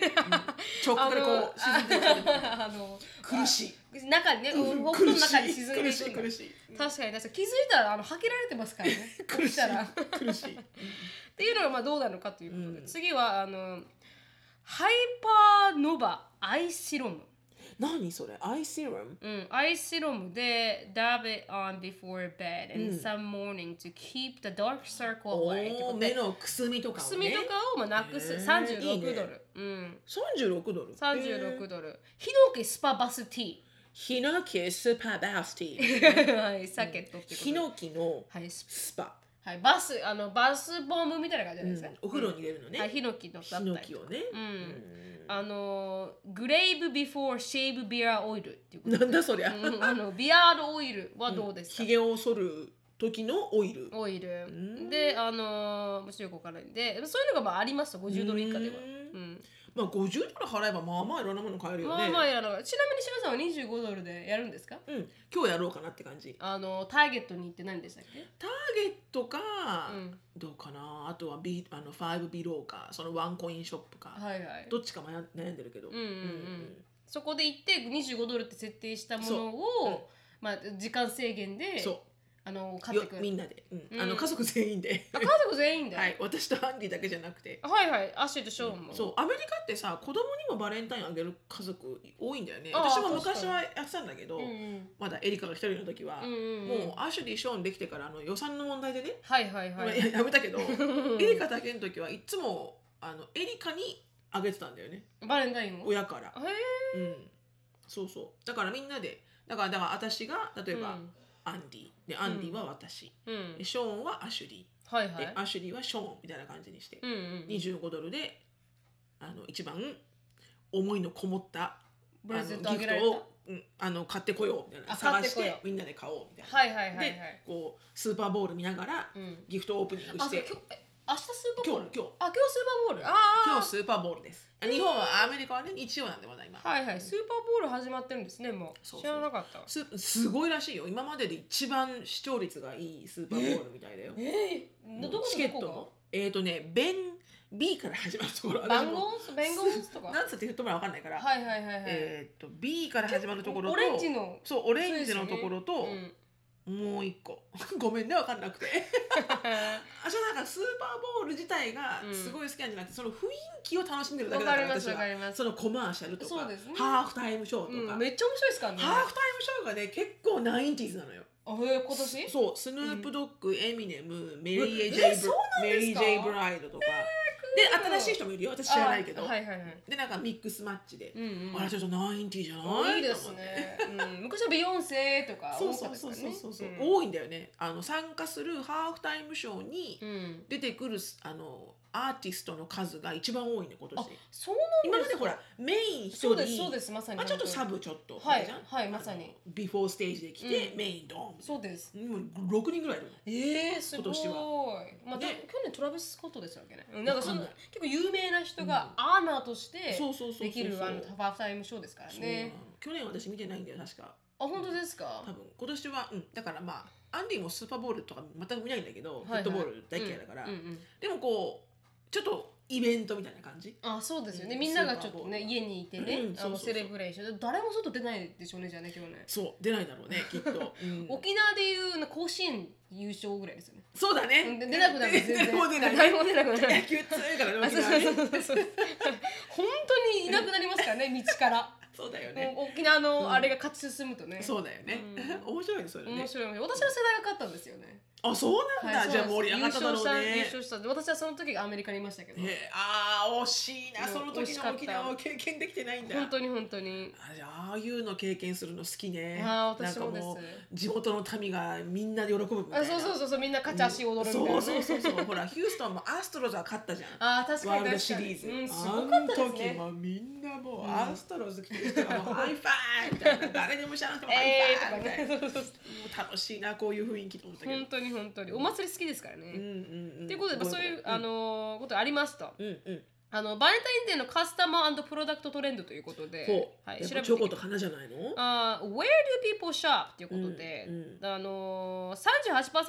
S2: 直角でこう沈んでいくタイタニック
S1: あの
S2: 苦しい
S1: 中にねお
S2: うん
S1: 布団の中に沈んで
S2: 苦
S1: い
S2: し
S1: く
S2: い
S1: んだ
S2: 苦しい
S1: 確かに確かに気づいたらあのはけられてます からね
S2: 苦
S1: 起
S2: し
S1: きたらっ
S2: い 苦しい
S1: ていうのがまあどうなのかということで、
S2: うん
S1: 次はあのハイパーノバアイシロム
S2: 何それアイセロム
S1: うん、アイシロムで dab it on before bed
S2: う
S1: and
S2: ん
S1: some morning to keep the dark circle
S2: お
S1: away ってこ
S2: ー
S1: と
S2: 目
S1: で
S2: のくすみとか
S1: く
S2: を
S1: す
S2: ね
S1: みとかをまあなくす
S2: へー
S1: 36
S2: いいね
S1: ドルうん
S2: 36ドル
S1: 36ドルヒノキスパバスティ
S2: ヒノキスーパーバース ティー
S1: ーはいサケットってこと
S2: ヒノキの
S1: はいス
S2: スパ、
S1: はいバスあのバスボムみたいな感じじゃ
S2: う
S1: ないです
S2: ん
S1: か、
S2: お風呂に入れるのね、
S1: はいヒノキのだ
S2: ヒ
S1: った
S2: ノ
S1: り
S2: キをね、
S1: うんあのグレイブ before shave beer oil っていうこ
S2: なんだそりゃ、
S1: と、うん、あのビアードオイルはどうですか
S2: ひげを剃る時のオイル
S1: オイル
S2: ん
S1: であのー中国からでそういうのがまあありますと50ドル以下では
S2: う
S1: うんん
S2: まあ50ドル払えばまあまあいろんなもの買えるよね、
S1: まあまあやらながらちなみに志乃さんは25ドルでやるんですか
S2: うん、今日やろうかなって感じ
S1: あのターゲットに行って何でしたっけ
S2: ターゲットか、
S1: うん
S2: どうかなあとはビあの5ビローかそのワンコインショップか、
S1: はいはい
S2: どっちか迷悩んでるけど、
S1: うんうんうんそこで行って25ドルって設定したもの
S2: そううん
S1: をまあ時間制限で
S2: そ
S1: あの
S2: う
S1: 買っ
S2: よ
S1: てく
S2: み
S1: る
S2: んなで、うん
S1: うん
S2: あの家族全員で
S1: あ家族全員で
S2: はい私とアンディだけじゃなくて、
S1: はいはいアッシュとショーンも
S2: そうアメリカってさ子供にもバレンタインあげる家族多いんだよね
S1: ああ
S2: 私も昔はやってたんだけど、
S1: うんうん
S2: まだエリカが一人の時は
S1: うん、うん
S2: も
S1: うん
S2: うアシュリーショーンできてからあの予算の問題でね、
S1: はいはい
S2: まあ
S1: はい
S2: ややめたけど エリカだけの時はいつもあのエリカにあげてたんだよね
S1: バレンタインをへ
S2: 親から、うん、そうそうだからみんなでだからだから私が例え
S1: え
S2: ば、アンディでアンディは私、
S1: うんうん
S2: でショーンはアシュリ
S1: はい
S2: ー
S1: は
S2: で、
S1: い
S2: アシュリーはショーンみたいな感じにして、
S1: うんうん
S2: 25ドルであの一番思いのこもった
S1: ブレゼント
S2: あ
S1: あ
S2: の
S1: げ
S2: ギ
S1: られた
S2: フトを、うん、あの買ってこようみたいな
S1: あ買っ
S2: 探
S1: て
S2: し
S1: こよう
S2: てみんなで買おうみたいな、
S1: はいはいはいは
S2: で
S1: い
S2: こうスーパーボール見ながら
S1: うん
S2: ギフトオープニング
S1: あ
S2: し
S1: そう
S2: て
S1: 今日え明日スーパーボー
S2: 今
S1: ル
S2: 日今日
S1: あ今日スーパーボールあ
S2: 今
S1: あ
S2: 日スーパーボールですあ日本はアメリカはね日曜なんでまだ今、
S1: はいはいスーパーボール始まってるんですねもう
S2: そうそう
S1: 知らなかった
S2: すすごいらしいよ今までで一番視聴率がいいスーパーボールみたいだよ
S1: えーどどこ
S2: チケ
S1: ど
S2: ット
S1: こ
S2: のえっ、ー、とねベン B から始まるとこ
S1: が
S2: ろ私
S1: 番
S2: も
S1: 号弁護士とか
S2: なんつって言ってもらわかんないから、
S1: はいはいはいはい、
S2: えっ、ー、と B から始まるところと
S1: オレンジの
S2: そうオレンジのところ
S1: う
S2: と、
S1: ん、
S2: もう一個 ごめんねわかんな くてあそうなんかスーパーボール自体が
S1: うん
S2: すごい好きなんじゃなくて、その雰囲気を楽しんでるだけだから
S1: わかります
S2: 私は
S1: わかります
S2: そのコマーシャルとか
S1: そうですね
S2: ハーフタイムショーとか、
S1: うん、めっちゃ面白いですからね
S2: ハーフタイムショーがね結構ナインティーズなのよ
S1: あえー今年
S2: そうスヌープ・ドッグ、エミネムメリー・
S1: え
S2: J. ブラ
S1: そうなん
S2: メ
S1: ですか
S2: リー J. ブライドとか、
S1: ー
S2: で新しい人もいるよ私知らないけど、
S1: あはいはいはい
S2: でなんかミックスマッチで、
S1: うんうん
S2: あれちょっとナインティーじゃない
S1: 多いです
S2: と思って
S1: ね、うん、昔はビヨンセとか多
S2: そう
S1: か
S2: そ
S1: った
S2: う
S1: ですからね
S2: そうそうそうそう、
S1: うん
S2: 多いんだよねあの参加するハーフタイムショーに
S1: うん、
S2: 出てくるあのアーティストの数が一番多いね今
S1: あ
S2: 年
S1: そう
S2: 今
S1: なん
S2: ま
S1: です
S2: で
S1: か
S2: ほらメイン一
S1: そう
S2: 人
S1: ですそうですまさに、
S2: まあ、ちょっとサ
S1: ブ
S2: ブちょっと
S1: はい
S2: あれじゃん
S1: はいまさに
S2: あのビフォーステージで来て、
S1: う
S2: メインドーン
S1: そうです
S2: もう6人ぐらいいるの
S1: えー、すご
S2: 今
S1: い
S2: 年
S1: まあ、
S2: で
S1: 去年トラビス・スコットでしたっけねうんなんかその
S2: わかんない
S1: 結構有名な人がアーナーとして
S2: そうそうそうそう
S1: できるあのハーフタイムショーですから
S2: そうなの
S1: ね
S2: 去年私見てないんだよ確か
S1: あ本当ですか
S2: 多分今年はうんだからまあアンディもスーパーボールとか全く見ないんだけど、
S1: はいはい
S2: フットボール大嫌いだから、
S1: うんうん
S2: でもこうちょっとイベントみたいな感じ
S1: あそうですよね、
S2: うん
S1: みんながちょっとね
S2: スーパーボール
S1: 家にいてね、
S2: うん
S1: あの
S2: そうそうそう
S1: セレブレーションで誰も外出ないでしょうねじゃあね今日ね、
S2: そう出ないだろうね きっと、うん
S1: 沖縄でいうな甲子園優勝ぐらいですよね、
S2: そうだ
S1: う
S2: ね
S1: んで出なくなる全然
S2: 誰も出ない
S1: 誰も出なくな
S2: 野
S1: る
S2: 球強いからね
S1: あ
S2: 沖
S1: そう
S2: 縄ね
S1: そうそうそう本当にいなくなりますからね道から
S2: そうだよね
S1: もう沖縄
S2: うん
S1: のあれが勝ち進むとね、
S2: そうだよね、面白いねそれね
S1: 面白い面白い私の世代が勝ったんですよね、
S2: あそうなんだ、
S1: はい
S2: じゃあ
S1: そうで
S2: 盛り
S1: す
S2: 上がっただろ
S1: 優
S2: う
S1: 勝した
S2: ね
S1: 優勝したで私はその時がアメリカにいましたけど、
S2: えーあー惜しいな
S1: うん
S2: その
S1: 惜
S2: 時
S1: しかった
S2: の沖縄を経験できてないんだ
S1: 本当に本当に
S2: あじゃあああいうの経験するの好きね
S1: あー私も
S2: なんかう
S1: です
S2: 地元の民がみんなで喜ぶみたいな
S1: あそうそうそうそうみんな勝ち足踊るみたいなね、
S2: そうそうそうそうほらヒューストンもアストロズは勝ったじゃん
S1: あー確か
S2: ワ
S1: に確か
S2: ール
S1: に
S2: ドシリーズ、
S1: うん、すごかったです
S2: あの時
S1: ね
S2: もみんなもうアストロズ来てる人がもうハイファイブみたいな誰でも知らなくてもハイ
S1: えー
S2: ファイブ
S1: とかね
S2: みたいな、
S1: そうそうそう
S2: もう楽しいなこういう雰囲気と思ったけど、
S1: 本当に本当にお祭り好きですからね、
S2: うん
S1: っ
S2: うんうん
S1: ていうことで、まあ、そういう、あのーことありますと、
S2: うんうん
S1: あのバレンタインデーのカスタマープロダクトトレンドということで、
S2: こう、
S1: はい、
S2: やっ
S1: 調
S2: ぱ
S1: べ
S2: チ
S1: て
S2: ョ
S1: き
S2: コ
S1: ま
S2: と花じゃないの
S1: あー Where do people shop? ということで、
S2: うん
S1: あのー、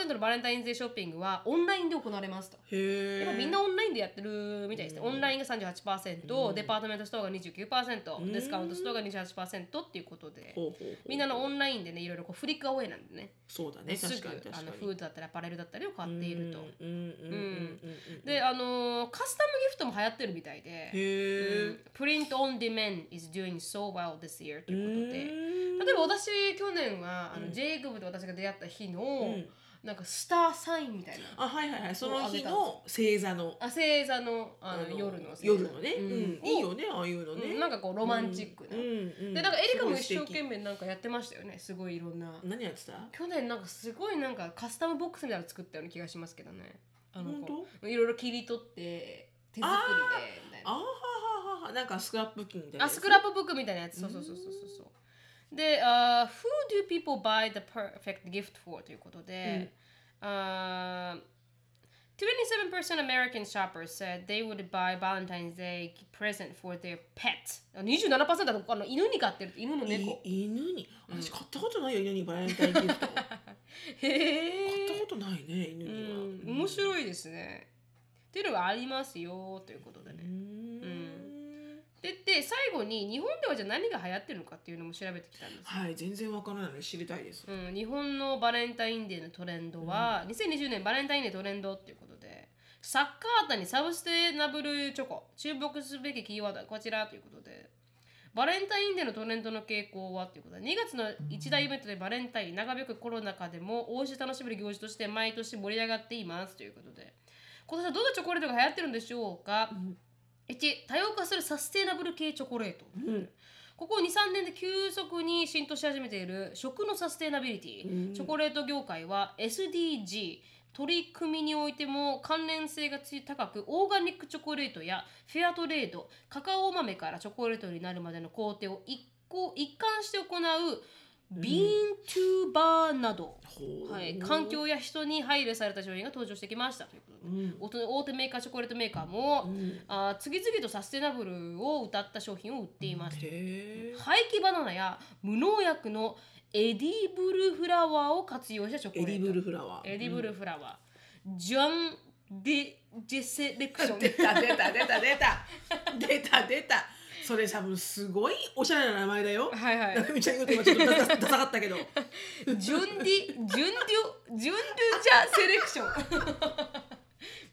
S1: 38%のバレンタインデーショッピングはオンラインで行われますと。
S2: へえ
S1: やっぱみんなオンラインでやってるみたいですね。オンラインが38%、デパートメントストアが29%、
S2: ん
S1: ディスカウントストアが28%っていうことで、
S2: ほうほうほう
S1: みんなのオンラインでね、いろいろこうフリックアウェイなんでね、
S2: そうだね
S1: すぐ
S2: 確かに確か
S1: あ
S2: に
S1: のフードだったりアパレルだったりを買っていると。
S2: うんうんうんうんうんうん
S1: で、あのーカスタムギフトも流行ってるみたいで、
S2: へえ
S1: プリントオンデ m メン is doing so well this year と
S2: と
S1: いうことで。例えば私去年はあの、ジェイコブと私が出会った日の、
S2: うん
S1: なんかスターサインみたいな
S2: あはいはいはいその
S1: あげ
S2: 日
S1: たん
S2: の星座の
S1: あ星座のあの
S2: あの
S1: 夜の星座
S2: 夜のね、
S1: う
S2: うんんいいよねああいうの
S1: う
S2: ね
S1: んなんかこうロマンチックな、
S2: うん
S1: でなんかエリカも
S2: す
S1: 一生
S2: ごい素
S1: 懸
S2: 敵
S1: 命なんかやってましたよねすごいいろんな、
S2: 何やってた
S1: 去年なんかすごいなんかカスタムボックスみたいなの作ったような気がしますけどねあの
S2: 本
S1: こういろいろ切り取って手作りでみたいな
S2: あーははははなんかスクラップブッキングみたいな
S1: あスクラップブックみたいなやつそうそうそうそうそうそうで、あー Who do people buy the perfect gift for? ということで、 Uh, 27% American shoppers said they would buy Valentine's Day present for their pet. 27%だとあの犬に飼ってるって犬の猫。
S2: い犬に私買ったことないよ犬にバレンタイ ンギフト買
S1: へ
S2: った
S1: え。
S2: ことないね犬
S1: う
S2: には
S1: ん、面白いですね。っていうのがありますよということで
S2: う
S1: ね。
S2: ん
S1: でで最後に日本ではじゃあ何が流行ってるのかっていうのも調べてきたんです、
S2: はい全然わからないので知りたいです
S1: うん、日本のバレンタインデーのトレンドは、2020年バレンタインデートレンドっていうことでサッカー谷サブステナブルチョコ注目すべきキーワードはこちらということでバレンタインデーのトレンドの傾向はということで2月の一大イベントでバレンタイン長引くコロナ禍でも王子楽しめる行事として毎年盛り上がっていますということで今年はどんなチョコレートが流行ってるんでしょうか、
S2: ん
S1: 1多様化するサステナブル系チョコレート、
S2: うん
S1: ここ23年で急速に浸透し始めている食のサステナビリティ、
S2: うん
S1: チョコレート業界は SDG 取り組みにおいても関連性が高くオーガニックチョコレートやフェアトレードカカオ豆からチョコレートになるまでの工程を一個一貫して行うビーントゥーバーなど、
S2: ほう
S1: はい、環境や人に配慮された商品が登場してきましたということで
S2: うん
S1: 大手大手メーカーチョコレートメーカーも、
S2: うん
S1: あー次々とサステナブルを歌った商品を売っています
S2: へー
S1: 廃棄バナナや無農薬のエディブルフラワーを活用したチョコレ
S2: エ
S1: ー
S2: デ
S1: ト
S2: ィブルフラワー
S1: エディブルフラワー、ジャン・デ・ジェセレクション
S2: 出 た出た出た出た出た出たそれさもうすごいおしゃれな名前だよ
S1: はいは
S2: 中身ちゃん言うと今ちょっとダサダサかったけど
S1: いジュンディジュンデュジュンデュジャセレクショ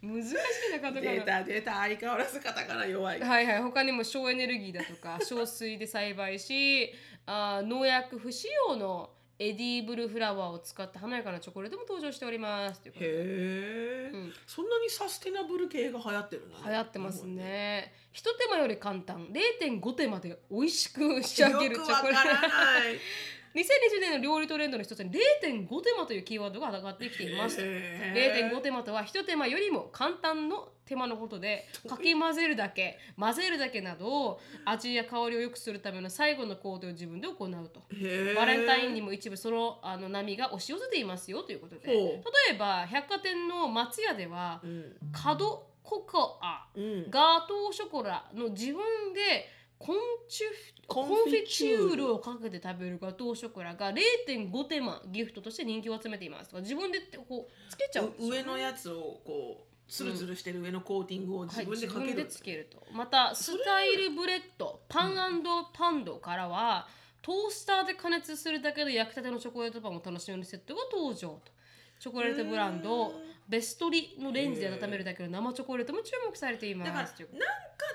S1: ン 難しいなカタ
S2: 出
S1: カナ
S2: た出た相変わらずカタカナ弱い
S1: はいはい他にも省エネルギーだと か少水で栽培しあー農薬不使用のエディブルフラワーを使った華やかなチョコレートも登場しておりますということで
S2: へえ、
S1: うん
S2: そんなにサステナブル系が流行ってるの
S1: 流行ってますね。一手間より簡単、0.5手間で美味しく仕上げる
S2: よ
S1: チ
S2: くわ
S1: ョコ
S2: か
S1: レー
S2: ら
S1: ト。
S2: ない
S1: 2020年の料理トレンドの一つに0.5手間というキーワードが上がってきています。
S2: へー
S1: 0.5手間とは一手間よりも簡単の手間のことでかき混ぜるだけ混ぜるだけなど味や香りを良くするための最後の工程を自分で行うと
S2: へー
S1: バレンタインにも一部そのあの波が押し寄せていますよということで例
S2: ほ
S1: えば百貨店の松屋では
S2: ううん
S1: 角ココア
S2: うん
S1: ガトーショコラの自分でコンチュフ
S2: コ
S1: コ
S2: ン
S1: ンフ
S2: フィ
S1: ィ
S2: チ
S1: チ
S2: ュール
S1: ュールをかけて食べるガトーショコラが0.5手間ギフトとして人気を集めていますとか自分でこうつけちゃうんです
S2: う
S1: よね
S2: 上のやつをこうつるつるしてる上のコーティングを
S1: は
S2: 自
S1: い
S2: 分で
S1: 自
S2: かけ
S1: 分
S2: る、
S1: でつけるとまたスタイルブレッドパンパンドからはトースターで加熱するだけで焼きたてのチョコレートパンを楽しめるセットが登場とチョコレートブラン
S2: へ
S1: ド
S2: ー
S1: ベストリのレンジで温めるだけの生チョコレートも注目されていま
S2: だからな
S1: す
S2: んか
S1: ということで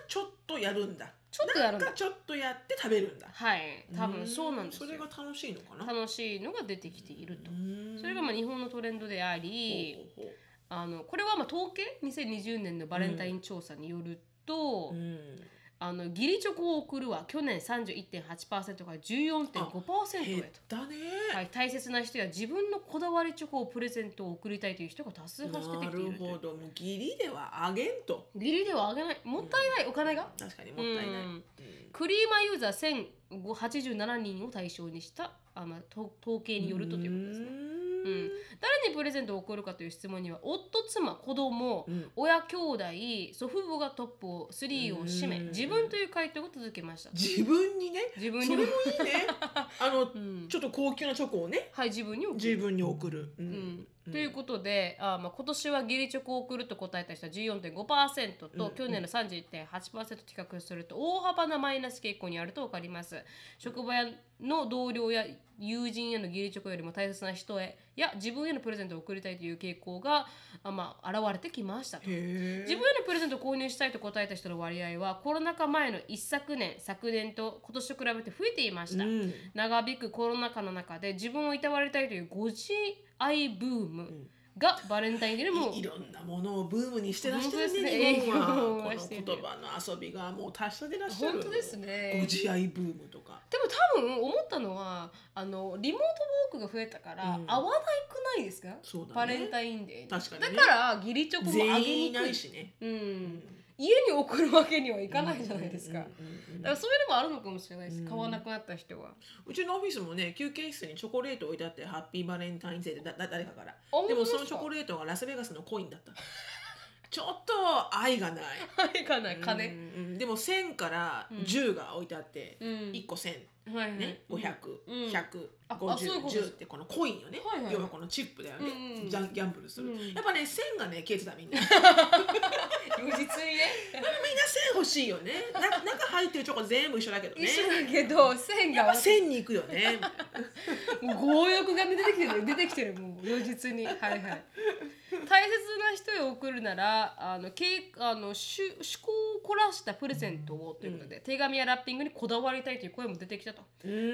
S2: ちょっとやるんだ
S1: ちょっとやるんだ
S2: なんかちょっとやって食べるんだ
S1: はい、多分そうなんです
S2: それが
S1: よ。
S2: 楽しいのかな
S1: 楽しいのが出てきていると
S2: う。ん
S1: それがまあ日本のトレンドであり、
S2: ほうほう
S1: あのこれはまあ統計2020年のバレンタイン調査によると、
S2: ほううん
S1: あの義理チョコを送るは去年31.8%から14.5%
S2: 減
S1: へ
S2: っ
S1: と。
S2: たね、
S1: はい、大切な人や自分のこだわりチョコをプレゼントを送りたいという人が多数派出て
S2: な
S1: きてい
S2: る
S1: るとい
S2: ほ
S1: う
S2: どもう義理ではあげんと
S1: 義理ではあげないもったいない、お金が
S2: 確かにもったいない、
S1: う
S2: うん
S1: んクリーマーユーザー1087人を対象にしたあのと統計によるとということですね。
S2: う
S1: うん誰にプレゼントを贈るかという質問には夫妻子供
S2: んうん
S1: 親兄弟祖父母がトップを3を占め
S2: うん
S1: 自分という回答を続けました
S2: 自分にね
S1: 自分
S2: そ
S1: に
S2: れも
S1: も
S2: いい ねあの
S1: うん
S2: ちょっと高級なチョコをね
S1: はい自分に送
S2: 自
S1: る
S2: 分に送る、う
S1: うん
S2: うん
S1: ということであー、まあ、今年は義理チョコを贈ると答えた人は14.5%と、
S2: うん
S1: 去年の31.8%と比較すると大幅なマイナス傾向にあると分かります職場やの同僚や友人への義理チョコよりも大切な人へや自分へのプレゼントを贈りたいという傾向が、あまあ、現れてきましたと
S2: へ
S1: 自分へのプレゼントを購入したいと答えた人の割合はコロナ禍前の一昨年昨年と今年と比べて増えていました、
S2: うん
S1: 長引くコロナ禍の中で自分をいたわりたいというご自愛ブーム
S2: ん
S1: がバレンタインデーでも
S2: いいろんなものをブームにしてらしてる
S1: 本当です
S2: ね
S1: ね
S2: 日本
S1: 日
S2: はこ
S1: 本
S2: の
S1: はして
S2: 言
S1: る
S2: 葉の遊びがもう達者でらっしゃる
S1: 本当です
S2: ご
S1: ねで
S2: 自愛ブームとか
S1: も多分思ったのはあのリモートワークが増えたから、
S2: うん
S1: 合わないくないですか
S2: そうだね
S1: バレンタインデーに
S2: 確かにね
S1: だから義理チョコもあげ
S2: 全員い
S1: に
S2: な
S1: くい
S2: いしね、
S1: う、
S2: うん
S1: 家に送るわけにはいかないじゃないですか。だ
S2: うんうんうんうん
S1: からそういうのもあるのかもしれないです。
S2: うん
S1: 買わなくなった人 は。
S2: うちのオフィスもね休憩室にチョコレート置いてあってハッピーバレンタインデーでだだ誰かから
S1: あ
S2: で
S1: 本当
S2: もそ
S1: で
S2: の
S1: す
S2: チ
S1: か
S2: ョコレートがラスベガスのコインだった ちょっと愛がない
S1: はいかない
S2: うん
S1: 金。
S2: うんでも1000から
S1: うん
S2: 10が置いてあって、
S1: うん。
S2: 1個1000
S1: はいはい
S2: ね、500、
S1: うん
S2: 100、
S1: ああそういう
S2: 50、
S1: ことです
S2: 10ってこのコインよね、
S1: はいはい
S2: 要はこのチップだよね、
S1: うんうん
S2: じゃんギャンブルする、
S1: うん
S2: やっぱね1000がね消えてたみんなみんな
S1: 如実にね。
S2: 1000欲しいよねな中入ってるチョコ全部一緒だけど ね
S1: 一緒だけど線
S2: やっぱ
S1: が
S2: 1000に行くよね
S1: もう強欲が出てきてる出てきてるもう如実にはいはい大切な人へ送るならあのけいあのしゅ趣向を凝らしたプレゼントをということで、手紙やラッピングにこだわりたいという声も出てきたと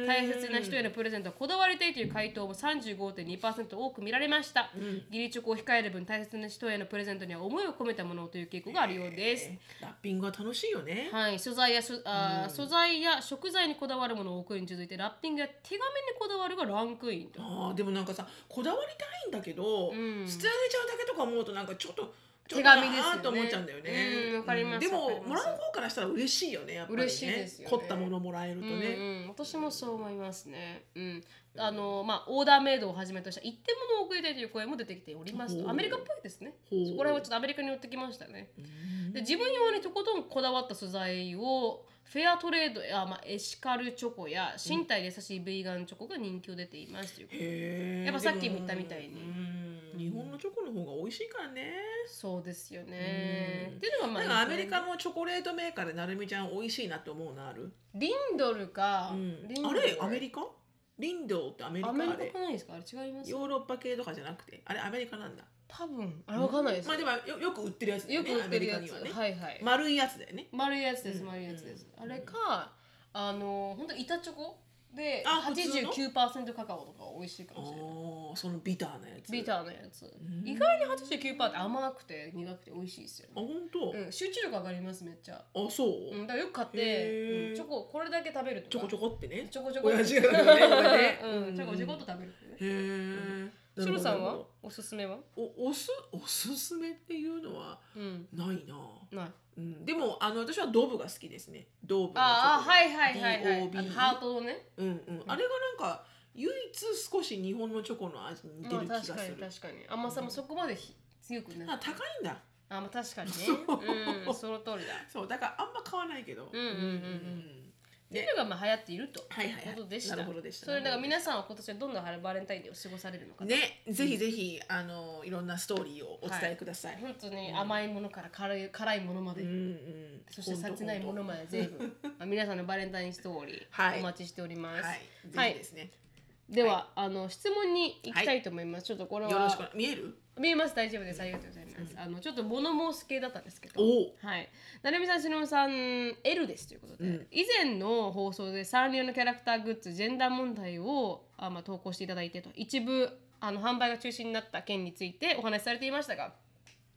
S1: 大切な人へのプレゼントはこだわりたいという回答も35.2%多く見られました、義理チョコを控える分大切な人へのプレゼントには思いを込めたものという傾向があるようです、
S2: ラッピングは楽しいよね、
S1: はい、素材やしょあー、素材や食材にこだわるものを送るに続いてラッピングや手紙にこだわるがランクインと。
S2: あーでもなんかさこだわりたいんだけど、
S1: うん
S2: 捨てられちゃうだけとか思うとなんかちょっとちょ
S1: 手
S2: っと
S1: 紙ですよね
S2: あーと思っちゃうんだよね
S1: うんわかります
S2: でも
S1: わかり
S2: も
S1: ま
S2: ら
S1: す
S2: う方からしたら嬉しいよねやっぱりね
S1: 嬉しいですよね
S2: 凝ったものもらえるとね、
S1: うんうん、私もそう思いますね。うん、あのまあオーダーメイドをはじめとした一点物を送りたいという声も出てきております
S2: ほ
S1: と。
S2: う
S1: アメリカっぽいですね。
S2: ほう
S1: そこら辺はちょっとアメリカに寄ってきましたね。で自分用にとことんこだわった素材をフェアトレードや、まあ、エシカルチョコや身体に優しいヴィーガンチョコが人気を出ていますということで
S2: へー
S1: やっぱさっきも言ったみたいに
S2: うん日本のチョコの方が美味しいからね
S1: そうですよね。
S2: うん
S1: っていうのがまあ
S2: なんかアメ
S1: いい
S2: リ
S1: ですね
S2: カもチョコレートメーカーでなるみちゃん美味しいなって思うのある、
S1: リンドルか、
S2: うん
S1: リンド
S2: あ
S1: ル
S2: れアメリカリンドーってアメリカ
S1: ア
S2: あ
S1: メリカ
S2: れ
S1: かないですかあれ違います
S2: ヨーロッパ系とかじゃなくてあれアメリカなんだ
S1: 多分あれわかんないです、
S2: まあでもよよく売ってるやつだ
S1: よ
S2: ね
S1: く売ってる
S2: ア
S1: や
S2: メリ
S1: つ
S2: カにはね、
S1: はいはい、
S2: 丸いやつだよね
S1: 丸いやつです
S2: うん
S1: 丸いやつです、
S2: うん
S1: あれかあの本当板チョコで
S2: あ普通の
S1: 89%カカオとか美味しいか
S2: あ
S1: もしれない
S2: ーそのビターなやつ
S1: ビ
S2: ーあ
S1: ターのやつ
S2: ん
S1: 意外に89%って甘くて苦くて美味しいですよ、
S2: 本当、
S1: うん、集中力上がりますめっちゃ、
S2: あそう、
S1: うん、だからよく買っ
S2: へ
S1: て
S2: ー
S1: うんチョコこれだけ食べるとか
S2: ちょこちょこってね
S1: ちょこちょこ
S2: 親父がねこれね
S1: うん、ちょこちょこっと食べるってね
S2: へえ
S1: シロさんはおすすめは
S2: おおすおすすめっていうのは
S1: うん
S2: ないな、
S1: ない
S2: うん、でもあの私はドブが好きですねドブのチョコ
S1: ああはいはいはいはい
S2: DOB
S1: あのハートのね
S2: うんうんあれがなんか唯一少し日本のチョコの味に似て
S1: まあ
S2: る気が
S1: 確
S2: する
S1: か、に確かに甘さもそこまでひ強くない
S2: あ高いんだ
S1: あまあ確かにね
S2: そう
S1: うんその通りだ
S2: そうだからあんま買わないけど
S1: うんうんうんうんって
S2: ね
S1: いうのがまあ流行っていると
S2: はいはいはい
S1: ことでした
S2: なるほどでした
S1: それだから皆さんは今年はどんなバレンタインデーを過ごされるのか
S2: ね、ぜひぜひあのいろんなストーリーをお伝えください。
S1: 本当に甘いものから辛い辛いものまで
S2: うんうん。
S1: そしてされてないもの
S2: も。
S1: まで全部まあ皆さんのバレンタインストーリ
S2: は
S1: ー
S2: い
S1: お待ちしております
S2: はい、ぜひですね。
S1: ではあの質問に行きたいと思いますちょっとこれ
S2: よろし
S1: は
S2: く見える？
S1: 見えます大丈夫ですありがとうございます、あのちょっと物申す系だったんですけど
S2: おう
S1: はい成美さんしのぶさん L ですということで、
S2: うん
S1: 以前の放送でサンリオのキャラクターグッズジェンダー問題をあ、まあ、投稿していただいてと一部あの販売が中止になった件についてお話しされていましたが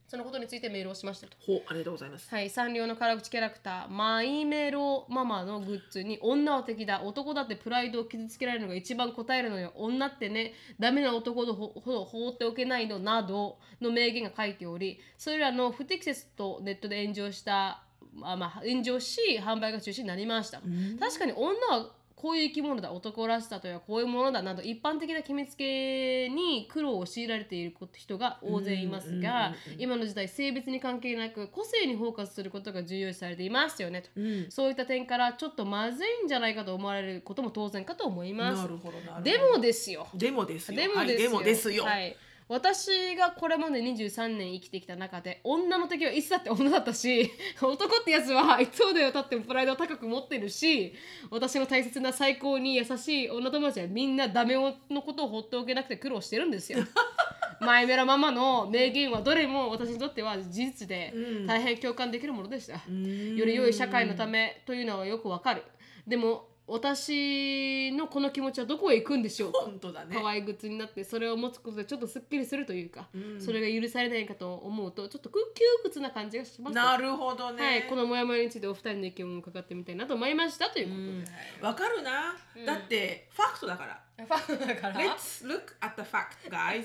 S1: そのことについてメールをしましたと。
S2: ほうありがとうございます。
S1: はい、サンリオの辛口キャラクターマイメロママのグッズに女は敵だ男だってプライドを傷つけられるのが一番答えるのよ女ってねダメな男ほどほほど放っておけないのなどの名言が書いておりそれらの不適切とネットで炎上したあまあ炎上し販売が中止になりました、確かに女はこういう生き物だ男らしさとはこういうものだなど一般的な決めつけに苦労を強いられている人が大勢いますが、今の時代性別に関係なく個性にフォーカスすることが重要視されていますよねと、
S2: うん。
S1: そういった点からちょっとまずいんじゃないかと思われることも当然かと思いま
S2: な
S1: す
S2: るほどなるほど。
S1: でもですよ
S2: でもですよ。
S1: でも
S2: はい
S1: ですよ,、は
S2: はい
S1: い私がこれまで23年生きてきた中で女の敵はいつだって女だったし 男ってやつはいつまでたってもプライドを高く持ってるし私の大切な最高に優しい女友達はみんなダメのことを放っておけなくて苦労してるん ですよ。前メラママの名言はどれも私にとっては事実で
S2: うん
S1: 大変共感できるものでした。
S2: うん
S1: より良い社会のためというのはよくわかる。でも私のこの気持ちはどこへ行くんでしょうか
S2: 本当だね。
S1: 可愛いグッズになってそれを持つことでちょっとすっきりするというか、
S2: うん
S1: それが許されないかと思うとちょっと窮屈な感じがします
S2: なるほどね。
S1: はい、このモヤモヤについてお二人の意見も伺ってみたいなと思いましたという
S2: う
S1: こ
S2: んわかるな。だってファクトだから。
S1: とで、ファクトだからでも
S2: Let's look at the fact, guys.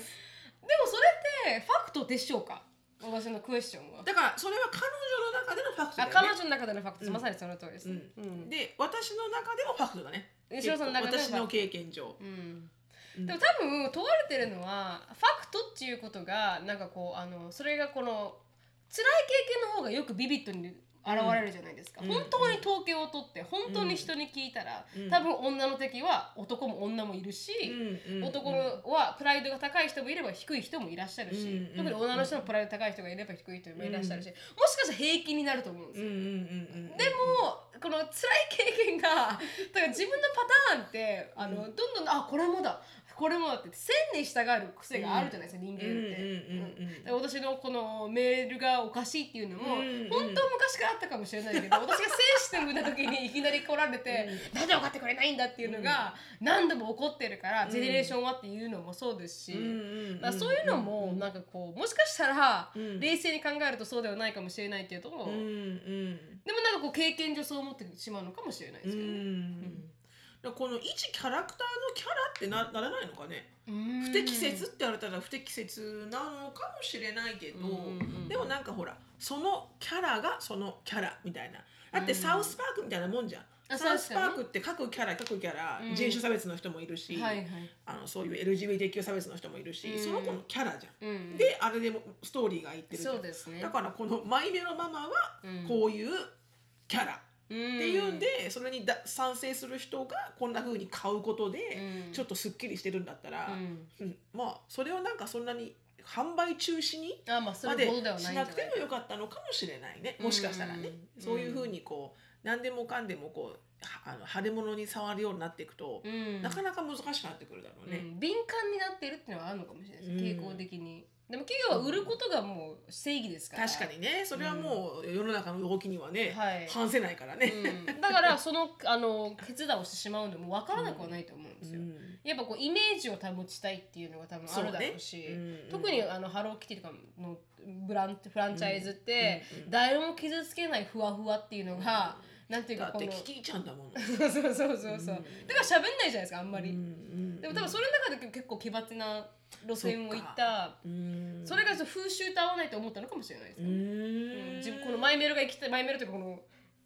S1: それってファクトでしょうか私のクエスチョンは。
S2: だからそれは彼女の中でのファクトだ
S1: あ
S2: よ
S1: 彼
S2: ね
S1: 女の中でのファクト、
S2: うん
S1: まさにその通りです。
S2: うん
S1: うん。
S2: で私の中でもファクトだね
S1: 西野さんの中でもファク
S2: 私
S1: ト
S2: の経験上
S1: うん
S2: うん
S1: でも多分問われてるのはファクトっていうことがなんかこうあのそれがこの辛い経験の方がよくビビッドに現れるじゃないですか、
S2: うん
S1: 本当に統計を取って本当に人に聞いたら、
S2: うん
S1: 多分女の敵は男も女もいるし、
S2: うんうん
S1: 男はプライドが高い人もいれば低い人もいらっしゃるし、
S2: うん
S1: 特に女の人のプライド高い人がいれば低い人もいらっしゃるし、もしかしたら平均になると思うんです
S2: うん
S1: よ
S2: うんうんうん
S1: でもこの辛い経験が だから自分のパターンってあの、どんどんあこれもだこれもだって線に従う癖があるじゃないですか、人間って。
S2: うんうん
S1: うん
S2: うん
S1: だから私のこのメールがおかしいっていうのも、
S2: うんうん
S1: 本当は昔からあったかもしれないけど 私が精子と産んだ時にいきなり来られて、なんで分かってくれないんだっていうのが何度も起こってるから、
S2: ん
S1: ジェネレーションはっていうのもそうですし、
S2: うんうんうん
S1: だからそういうのもなんかこうもしかしたら
S2: うん
S1: 冷静に考えるとそうではないかもしれないけど、
S2: うんうん
S1: でもなんかこう経験上そう思ってしまうのかもしれないで
S2: う
S1: すけどね。
S2: んだからこの一キャラクターのキャラってなならないのかね
S1: うん
S2: 不適切って言われたら不適切なのかもしれないけど、
S1: うんうん
S2: でもなんかほらそのキャラがそのキャラみたいなだっ
S1: う
S2: て
S1: ん
S2: サウスパークみたいなもんじゃん、
S1: あ
S2: サウスパー
S1: そう
S2: クって各キャラ各キャラ、
S1: うん
S2: 人種差別の人もいるし、
S1: はいはい。
S2: あのそういう LGBTQ 差別の人もいるし、
S1: うん
S2: その子のキャラじゃん。
S1: うん、
S2: であれでもストーリーがいってるじゃん
S1: そうですね。
S2: だからこの「マイメロママ」は
S1: うん
S2: こういうキャラ。
S1: て
S2: っていうん、で、それにだ賛成する人がこんな風に買うことで、
S1: うん
S2: ちょっとすっきりしてるんだったら、
S1: うん、
S2: うんまあそれをなんかそんなに販売中止に
S1: あまあそう
S2: ま
S1: い
S2: で
S1: うことではないんじゃ
S2: し
S1: ない
S2: なくてもよかったのかもしれないねもしかしたらね
S1: うん
S2: そういうふうにこう何でもかんでもこうはあの腫れ物に触るようになっていくと
S1: う、ん、
S2: なかなか難しくなってくるだろう
S1: う
S2: ね。
S1: ん、敏感になってるっていうのはあるのかもしれないです、
S2: うん
S1: 傾向的に。でも企業は売ることがもう正義ですから。
S2: 確かにねそれはもう世の中の動きにはね、
S1: はい
S2: 反せないからね。
S1: うん、だからそのあの決断をしてしまうのも分からなくはないと思うんで
S2: う
S1: すよ。
S2: ん
S1: やっぱこうイメージを保ちたいっていうのが多分あるだろうし
S2: そうねうん
S1: 特にあのハローキティとかのブランフランチャイズって
S2: うんうん
S1: 誰も傷つけないふわふわっていうのが、なんていう
S2: だ
S1: か
S2: っ
S1: こ
S2: て
S1: の
S2: キキちゃんだもの。
S1: そうそうそうそうそうだから喋んないじゃないですかあんまり、
S2: うん
S1: でも多分それの中で結構奇抜な路線を行った
S2: うん
S1: それがちょっと風習と合わないと思ったのかもしれないです
S2: う
S1: ね、うん
S2: ん
S1: 自分このマイメロが行きたいマイメロというかこの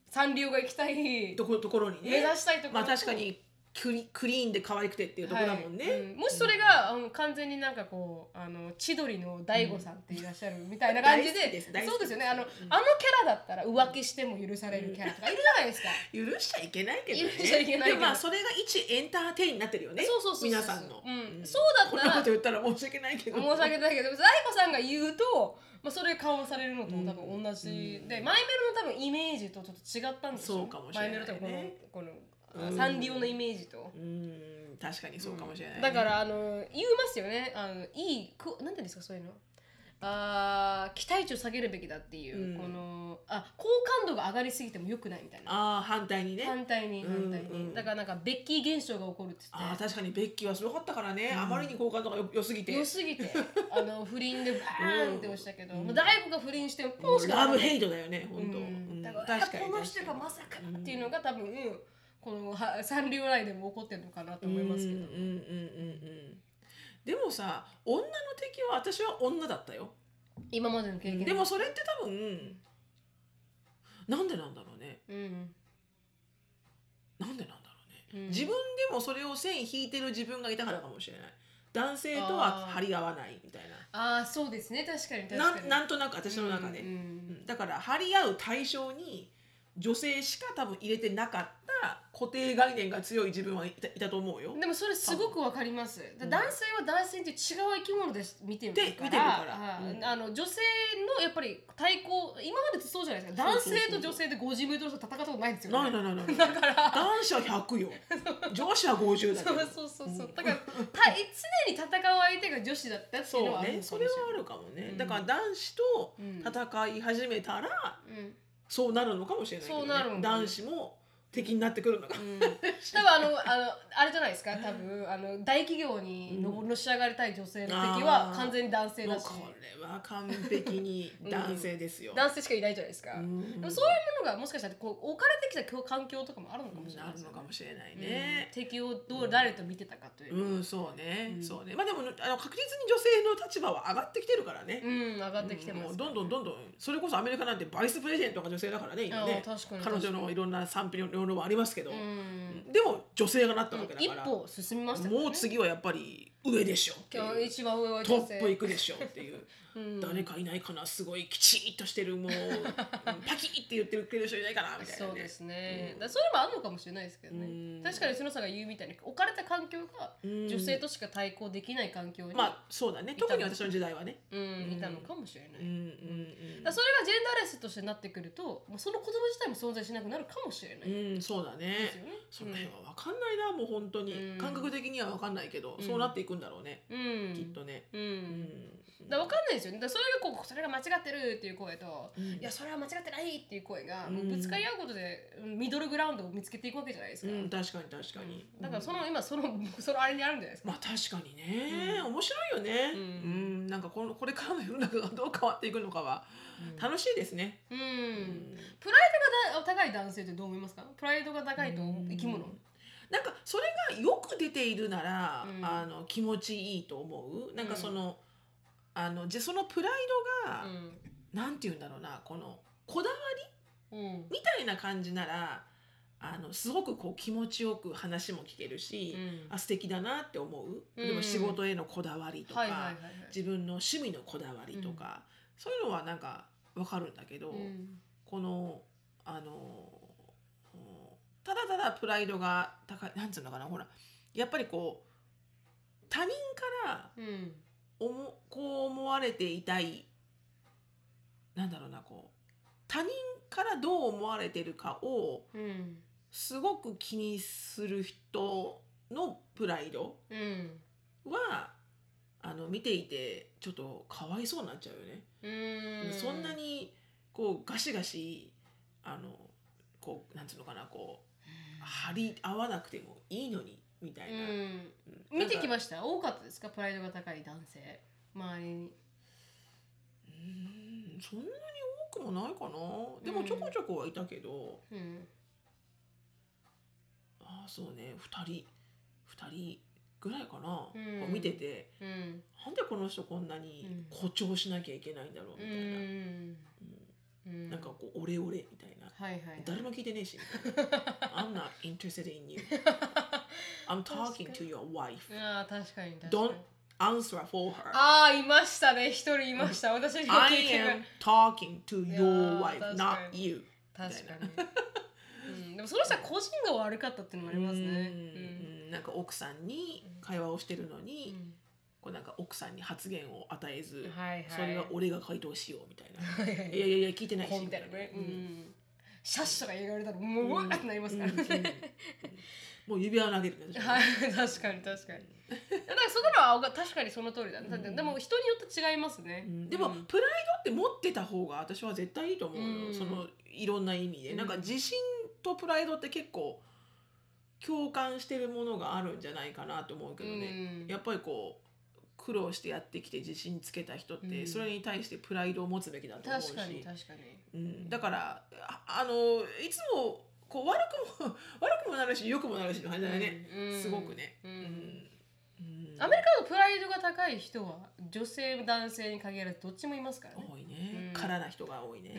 S1: サンリオが行きたい
S2: とこところにね。
S1: 目指したいところ
S2: まあ確かにクリクリーンで可愛くてっていうところだもんね。
S1: はいうんもしそれが、あの完全になんかこうあの千鳥の大悟さんっていらっしゃるみたいな感じで,、
S2: 大好きです大好きです
S1: そうですよねあの,、あのキャラだったら浮気しても許されるキャラとかいるじゃないですか。
S2: 許しちゃいけないけどね。
S1: 許しちゃいけないけど
S2: でもまあそれが一エンターテインになってるよね。
S1: そうそうそうそう
S2: 皆さんの。
S1: うんそうだった
S2: こん
S1: ら
S2: なこと言ったら申し訳ないけど。
S1: 申し訳ないけど大悟さんが言うと、まあ、それ緩和されるのと多分同じ、でマイメロの多分イメージとちょっと違ったんですよ
S2: そうかもしれないね
S1: マイメロとかこのこの、あ
S2: うん
S1: サンリオのイメージと、
S2: うん確かにそうかもしれない、ね
S1: だからあの言いますよねあのいいくなんていうんですかそういうのあー期待値を下げるべきだっていう、
S2: うん
S1: このあ好感度が上がりすぎても良くないみたいな
S2: ああ反対にね。
S1: 反対に反対に、
S2: うんうん
S1: だからなんかベッキー現象が起こるって言
S2: あ
S1: っ
S2: あ
S1: て
S2: 確かにベッキーはすごかったからね。あまりに好感度がよ良すぎて。
S1: 良すぎ てあの不倫でバーンって押したけど、もう大悟が不倫してもポンしか
S2: ラ
S1: な
S2: ブ
S1: い
S2: ヘイトだよね本当。
S1: うんだ
S2: うん
S1: から
S2: 確かに。
S1: この人がまさかっていうのが多分、このはサンリオ内でも起こってるのかなと思いますけど、
S2: うんうんうんうんうん。でもさ女の敵は私は女だったよ。
S1: 今までの経験
S2: でも、それって多分なんでなんだろうね
S1: うん
S2: なんでなんだろうね、
S1: うん
S2: 自分でもそれを線引いてる自分がいたからかもしれない男性とは
S1: あー
S2: 張り合わないみたい
S1: ああそうですね確かに確
S2: な
S1: か
S2: な
S1: に
S2: なんとなく私の中で、
S1: う
S2: うんんだから張り合う対象に女性しか多分入れてなかった固定概念が強い自分はいたいたと思うよ
S1: うんでもそれすごくわかります、だ
S2: うん
S1: 男性は男性って違う生き物です見てるから
S2: で見てるから
S1: はい
S2: うん
S1: あの女性のやっぱり対抗今までってそうじゃないですか
S2: そう
S1: 男
S2: そうそう
S1: 性と女性で 50m 走戦ったことないんですよ、ね、
S2: ないないないないだから男子は100よ女子は50だけ
S1: そ
S2: ど
S1: うそうそうそうだからた常に戦う相手が女子だったっていうの
S2: そ
S1: は
S2: う
S1: あるのか
S2: ね
S1: もし
S2: そ
S1: れ
S2: れ
S1: ない
S2: はあるかもね、
S1: うん
S2: だから男子と戦い始めたら、
S1: うん
S2: そうなるのかもしれないけど、
S1: そ
S2: ね
S1: うなるのかも
S2: 男子も敵になってくるのが
S1: うん、多分あのあのあれじゃないですか多分あの大企業にの,、のし上がりたい女性の敵は
S2: あー
S1: 完全に男性
S2: も
S1: だ
S2: う
S1: し
S2: これは完璧に男性ですよ。
S1: 男性しかいないじゃないですか、
S2: ん
S1: でもそういうものがもしかしたらこう置かれてきた教環境とかもあるのかもしれない
S2: な
S1: で
S2: る
S1: す
S2: の
S1: よ
S2: かもしれない
S1: うん
S2: ね。
S1: 敵をどう誰と見てたかというう、
S2: ん、そうね、
S1: うん
S2: そうね。まあでもあの確実に女性の立場は上がってきてるからね
S1: う。ん上がってきてま
S2: もう
S1: す、
S2: どんどんどんどんそれこそアメリカなんてバイスプレゼントが女性だからね今ね
S1: ああ確かに
S2: 彼女のいろんな賛否両論はありますけど、
S1: うん
S2: でも女性がなったわけだ
S1: 一
S2: から、
S1: 歩進みましたからね
S2: もう次はやっぱり上でしょって
S1: 今
S2: い
S1: 日
S2: う
S1: 一番上は
S2: ト
S1: 女性
S2: ップ行くでしょっていう、
S1: うん
S2: 誰かいないかなすごいきちっとしてる もううんパキッって言ってくれる人いないかなみたいな、ね、
S1: そうですね、
S2: う
S1: だ
S2: ん
S1: からそういうのもあるのかもしれないですけどね、
S2: うん
S1: 確かに篠さんが言うみたいに置かれた環境が
S2: うん
S1: 女性としか対抗できない環境に、
S2: まあそうだね特に私の時代はね。
S1: うん、いたのかもしれない、
S2: うん
S1: だからそれがジェンダーレスとしてなってくるともうその言葉自体も存在しなくなるかもしれない
S2: うんうん、そうだ
S1: で
S2: ね
S1: すよね。
S2: その辺は分かんないなもう本当に、
S1: うん
S2: 感覚的には分かんないけど、
S1: うん
S2: そうなっていくんだろうね、
S1: うん、
S2: きっとね。
S1: うん、
S2: うん
S1: だから分かんないですよねだからそれがこうそれが間違ってるっていう声と、
S2: うん
S1: いやそれは間違ってないっていう声が
S2: うん
S1: もうぶつかり合うことでうんミドルグラウンドを見つけていくわけじゃないですか、
S2: うん、確かに確かに、
S1: だからその今その そのあれにあるんじゃないですか
S2: まあ確かにね、面白いよね、
S1: う
S2: うんんなんかこのこれからの世の中がどう変わっていくのかは楽しいですね、
S1: うん、
S2: うん
S1: プライドがだ高い男性ってどう思いますかプライドが高いと生き物、
S2: なんかそれがよく出ているなら、
S1: うん
S2: あの気持ちいいと思うなんかその、あのじゃあそのプライドが、なんて言うんだろうなこのこだわ
S1: うんうん
S2: りみたいな感じならあのすごくこう気持ちよく話も聞けるし、
S1: うん
S2: あ素敵だなって思う
S1: うん
S2: でも仕事へのこだわりとか、
S1: はいはいはいはい
S2: 自分の趣味のこだわりとか、そういうのはなんかわかるんだけど、
S1: うん
S2: このあのただただプライドが高いなんつうのかなほらやっぱりこう他人から
S1: うん
S2: おもこう思われていたいなんだろうなこう他人からどう思われてるかを
S1: うん
S2: すごく気にする人のプライド
S1: うん
S2: はあの見ていてちょっとかわいそうになっちゃうよね。
S1: うん
S2: そんなにこうガシガシあのこうなんつうのかなこう張り合わなくてもいいのにみたいな。
S1: うん、見てき
S2: し
S1: ました多かったですかプライドが高い男性周りに
S2: そんなに多くもないかな。でもちょこちょこはいたけど、
S1: うん
S2: ああそうね二人二人ぐらいかな。
S1: うん
S2: こう見てて
S1: うん
S2: なんでこの人こんなに誇張しなきゃいけないんだろう
S1: う
S2: みたいな。
S1: んうん
S2: なんかこうオレオレみたいな。
S1: はいはいはい
S2: 誰も聞いてねえし。みたいな I'm not interested in you. I'm talking to your wife.
S1: あー確かに確かに
S2: Don't answer for her.
S1: ああいましたね一人いました私の
S2: I
S1: 経験が
S2: am talking to
S1: い
S2: your
S1: やー
S2: wife,
S1: 確か
S2: not
S1: に
S2: you.
S1: 確かに、うん、でもその人は個人が悪かったっていうのもありますね
S2: うんなんか奥さんに会話をしてるの
S1: うん
S2: に、こうなんか奥さんに発言を与えず、
S1: はいはい
S2: それは俺が回答しようみたいな。
S1: はいはい
S2: いやいやいや聞いてないし
S1: こうみたいなね、う
S2: みたいなうん
S1: ん、シャッシャが言われたらもうわーってなりますからね、
S2: もう指輪を投げるね。私は
S1: はい確かに確かにだからそこらは確かにその通りだねだってでも人によって違いますね、
S2: うんでも、プライドって持ってた方が私は絶対いいと思うよ、
S1: うん
S2: そのいろんな意味で、
S1: うん
S2: なんか自信とプライドって結構共感してるものがあるんじゃないかなと思うけどね、
S1: うん
S2: やっぱりこう苦労してやってきて自信つけた人って、
S1: うん
S2: それに対してプライドを持つべきだと思うし
S1: 確かに確かに
S2: うん、だからああのいつもこう悪くも 悪くもなるし良くもなるしの感じだよね、
S1: うん
S2: すごくね。
S1: うん
S2: うんうん
S1: アメリカのプライドが高い人は女性男性に限らずどっちもいますからね
S2: 多いね、
S1: うん
S2: からな人が多いね。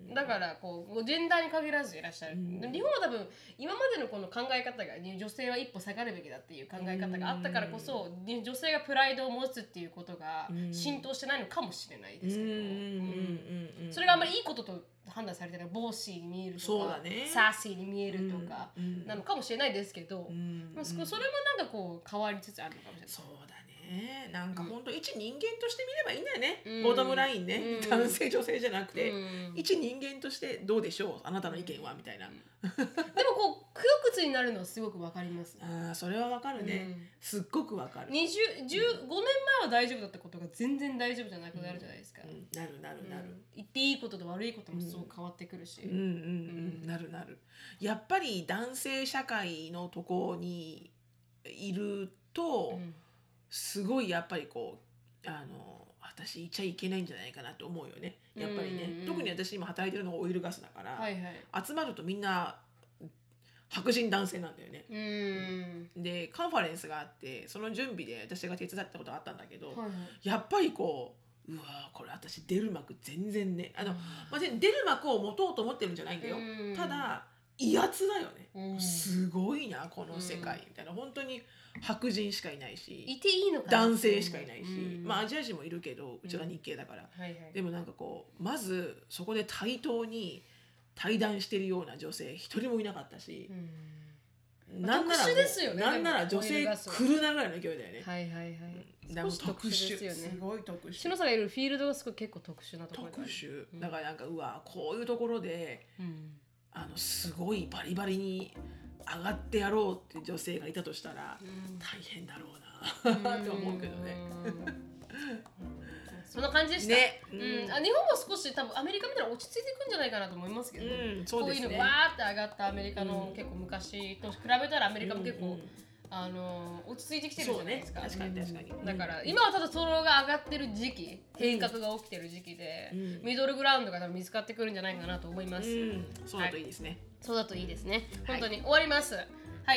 S1: うん、だからこうジェンダーに限らずいらっしゃる、
S2: うん
S1: 日本は多分今までのこの考え方が女性は一歩下がるべきだっていう考え方があったからこそ、女性がプライドを持つっていうことが
S2: うん
S1: 浸透してないのかもしれない
S2: で
S1: ですす
S2: け
S1: け
S2: ど
S1: ど、
S2: うん
S1: それがあんまりいいことと判断されてないボーシーに見えると
S2: そう
S1: か、
S2: だね
S1: サーシーに見えるとか
S2: うんうん
S1: なのかもしれないですけど、
S2: うん
S1: まあ、そこそれもなんかこう変わりつつあるのかもしれない。
S2: そうだねなんか本当一人間として見ればいいんだよね、
S1: うん
S2: ボトムラインね、
S1: うん
S2: 男性女性じゃなくて、
S1: うん
S2: 一人間としてどうでしょうあなたの意見はみたいな、
S1: でもこうよく鬱になるのはすごくわかります。
S2: あーそれはわかるね、
S1: うん
S2: すっごくわかる、
S1: 20 15年前は大丈夫だったことが全然大丈夫じゃなくなるじゃないですか。
S2: うんなるなるなる、
S1: うん言っていいことと悪いこともすごく変わってくるし。
S2: うんうんうん、なるなるやっぱり男性社会のとこにいると、
S1: うん
S2: すごいやっぱりこうあの私いちゃいけないんじゃないかなと思うよねやっぱり
S1: うんうんう
S2: ね
S1: ん
S2: 特に私今働いてるのがオイルガスだから、
S1: はいはい。
S2: 集まるとみんな白人男性なんだよね
S1: うん。
S2: でカンファレンスがあってその準備で私が手伝ったことがあったんだけど、
S1: はいはい。
S2: やっぱりこううわーこれ私出る幕全然ねあの、まあ、で出る幕を持とうと思ってるんじゃないんだよ、
S1: うん
S2: ただ威圧だよね、
S1: うん
S2: すごいなこの世界みたいな本当に白人しかいないし
S1: いていいのかな
S2: 男性しかいないし、
S1: うん
S2: まあアジア人もいるけどうちが日系だから、
S1: はいはい。
S2: でもなんかこうまずそこで対等に対談してるような女性一人もいなかったし
S1: う、ん
S2: なんならもう
S1: 特殊ですよね
S2: なんな
S1: でも
S2: ら女
S1: オイ
S2: 性
S1: ルガスは
S2: 来るなぐらいの勢いだよね、
S1: はいはいはい。
S2: だか
S1: 少
S2: ら
S1: し特殊ですよね
S2: ごい特殊
S1: 篠さんがいるフィールドがすごい結構特殊なところ
S2: 特
S1: がある。
S2: 殊
S1: うん
S2: だからなんかうわこういうところで
S1: うん。
S2: あのすごいバリバリに上がってやろうって女性がいたとしたら
S1: うん
S2: 大変だろうな と思うけどね。
S1: うん。そんな感じでした。
S2: ね
S1: う
S2: うんん、
S1: あ日本も少し多分アメリカみたいな落ち着いていくんじゃないかなと思いますけど、ね
S2: うんそうです
S1: こういう
S2: ね
S1: のわーって上がったアメリカの結構昔と比べたらアメリカも結構、
S2: うんうん
S1: あの落ち着いてきてるじ
S2: そ
S1: ゃ
S2: う
S1: ないで
S2: ね
S1: すか。
S2: 確かに確かに。
S1: だから今はただそれが上がってる時期変革が起きてる時期で、
S2: うん
S1: ミドルグラウンドが多分見つかってくるんじゃないかなと思いま
S2: う
S1: す、
S2: ん、そうだといいですね。
S1: そうだといいですね
S2: は
S1: 本
S2: い
S1: 当に、終わりますは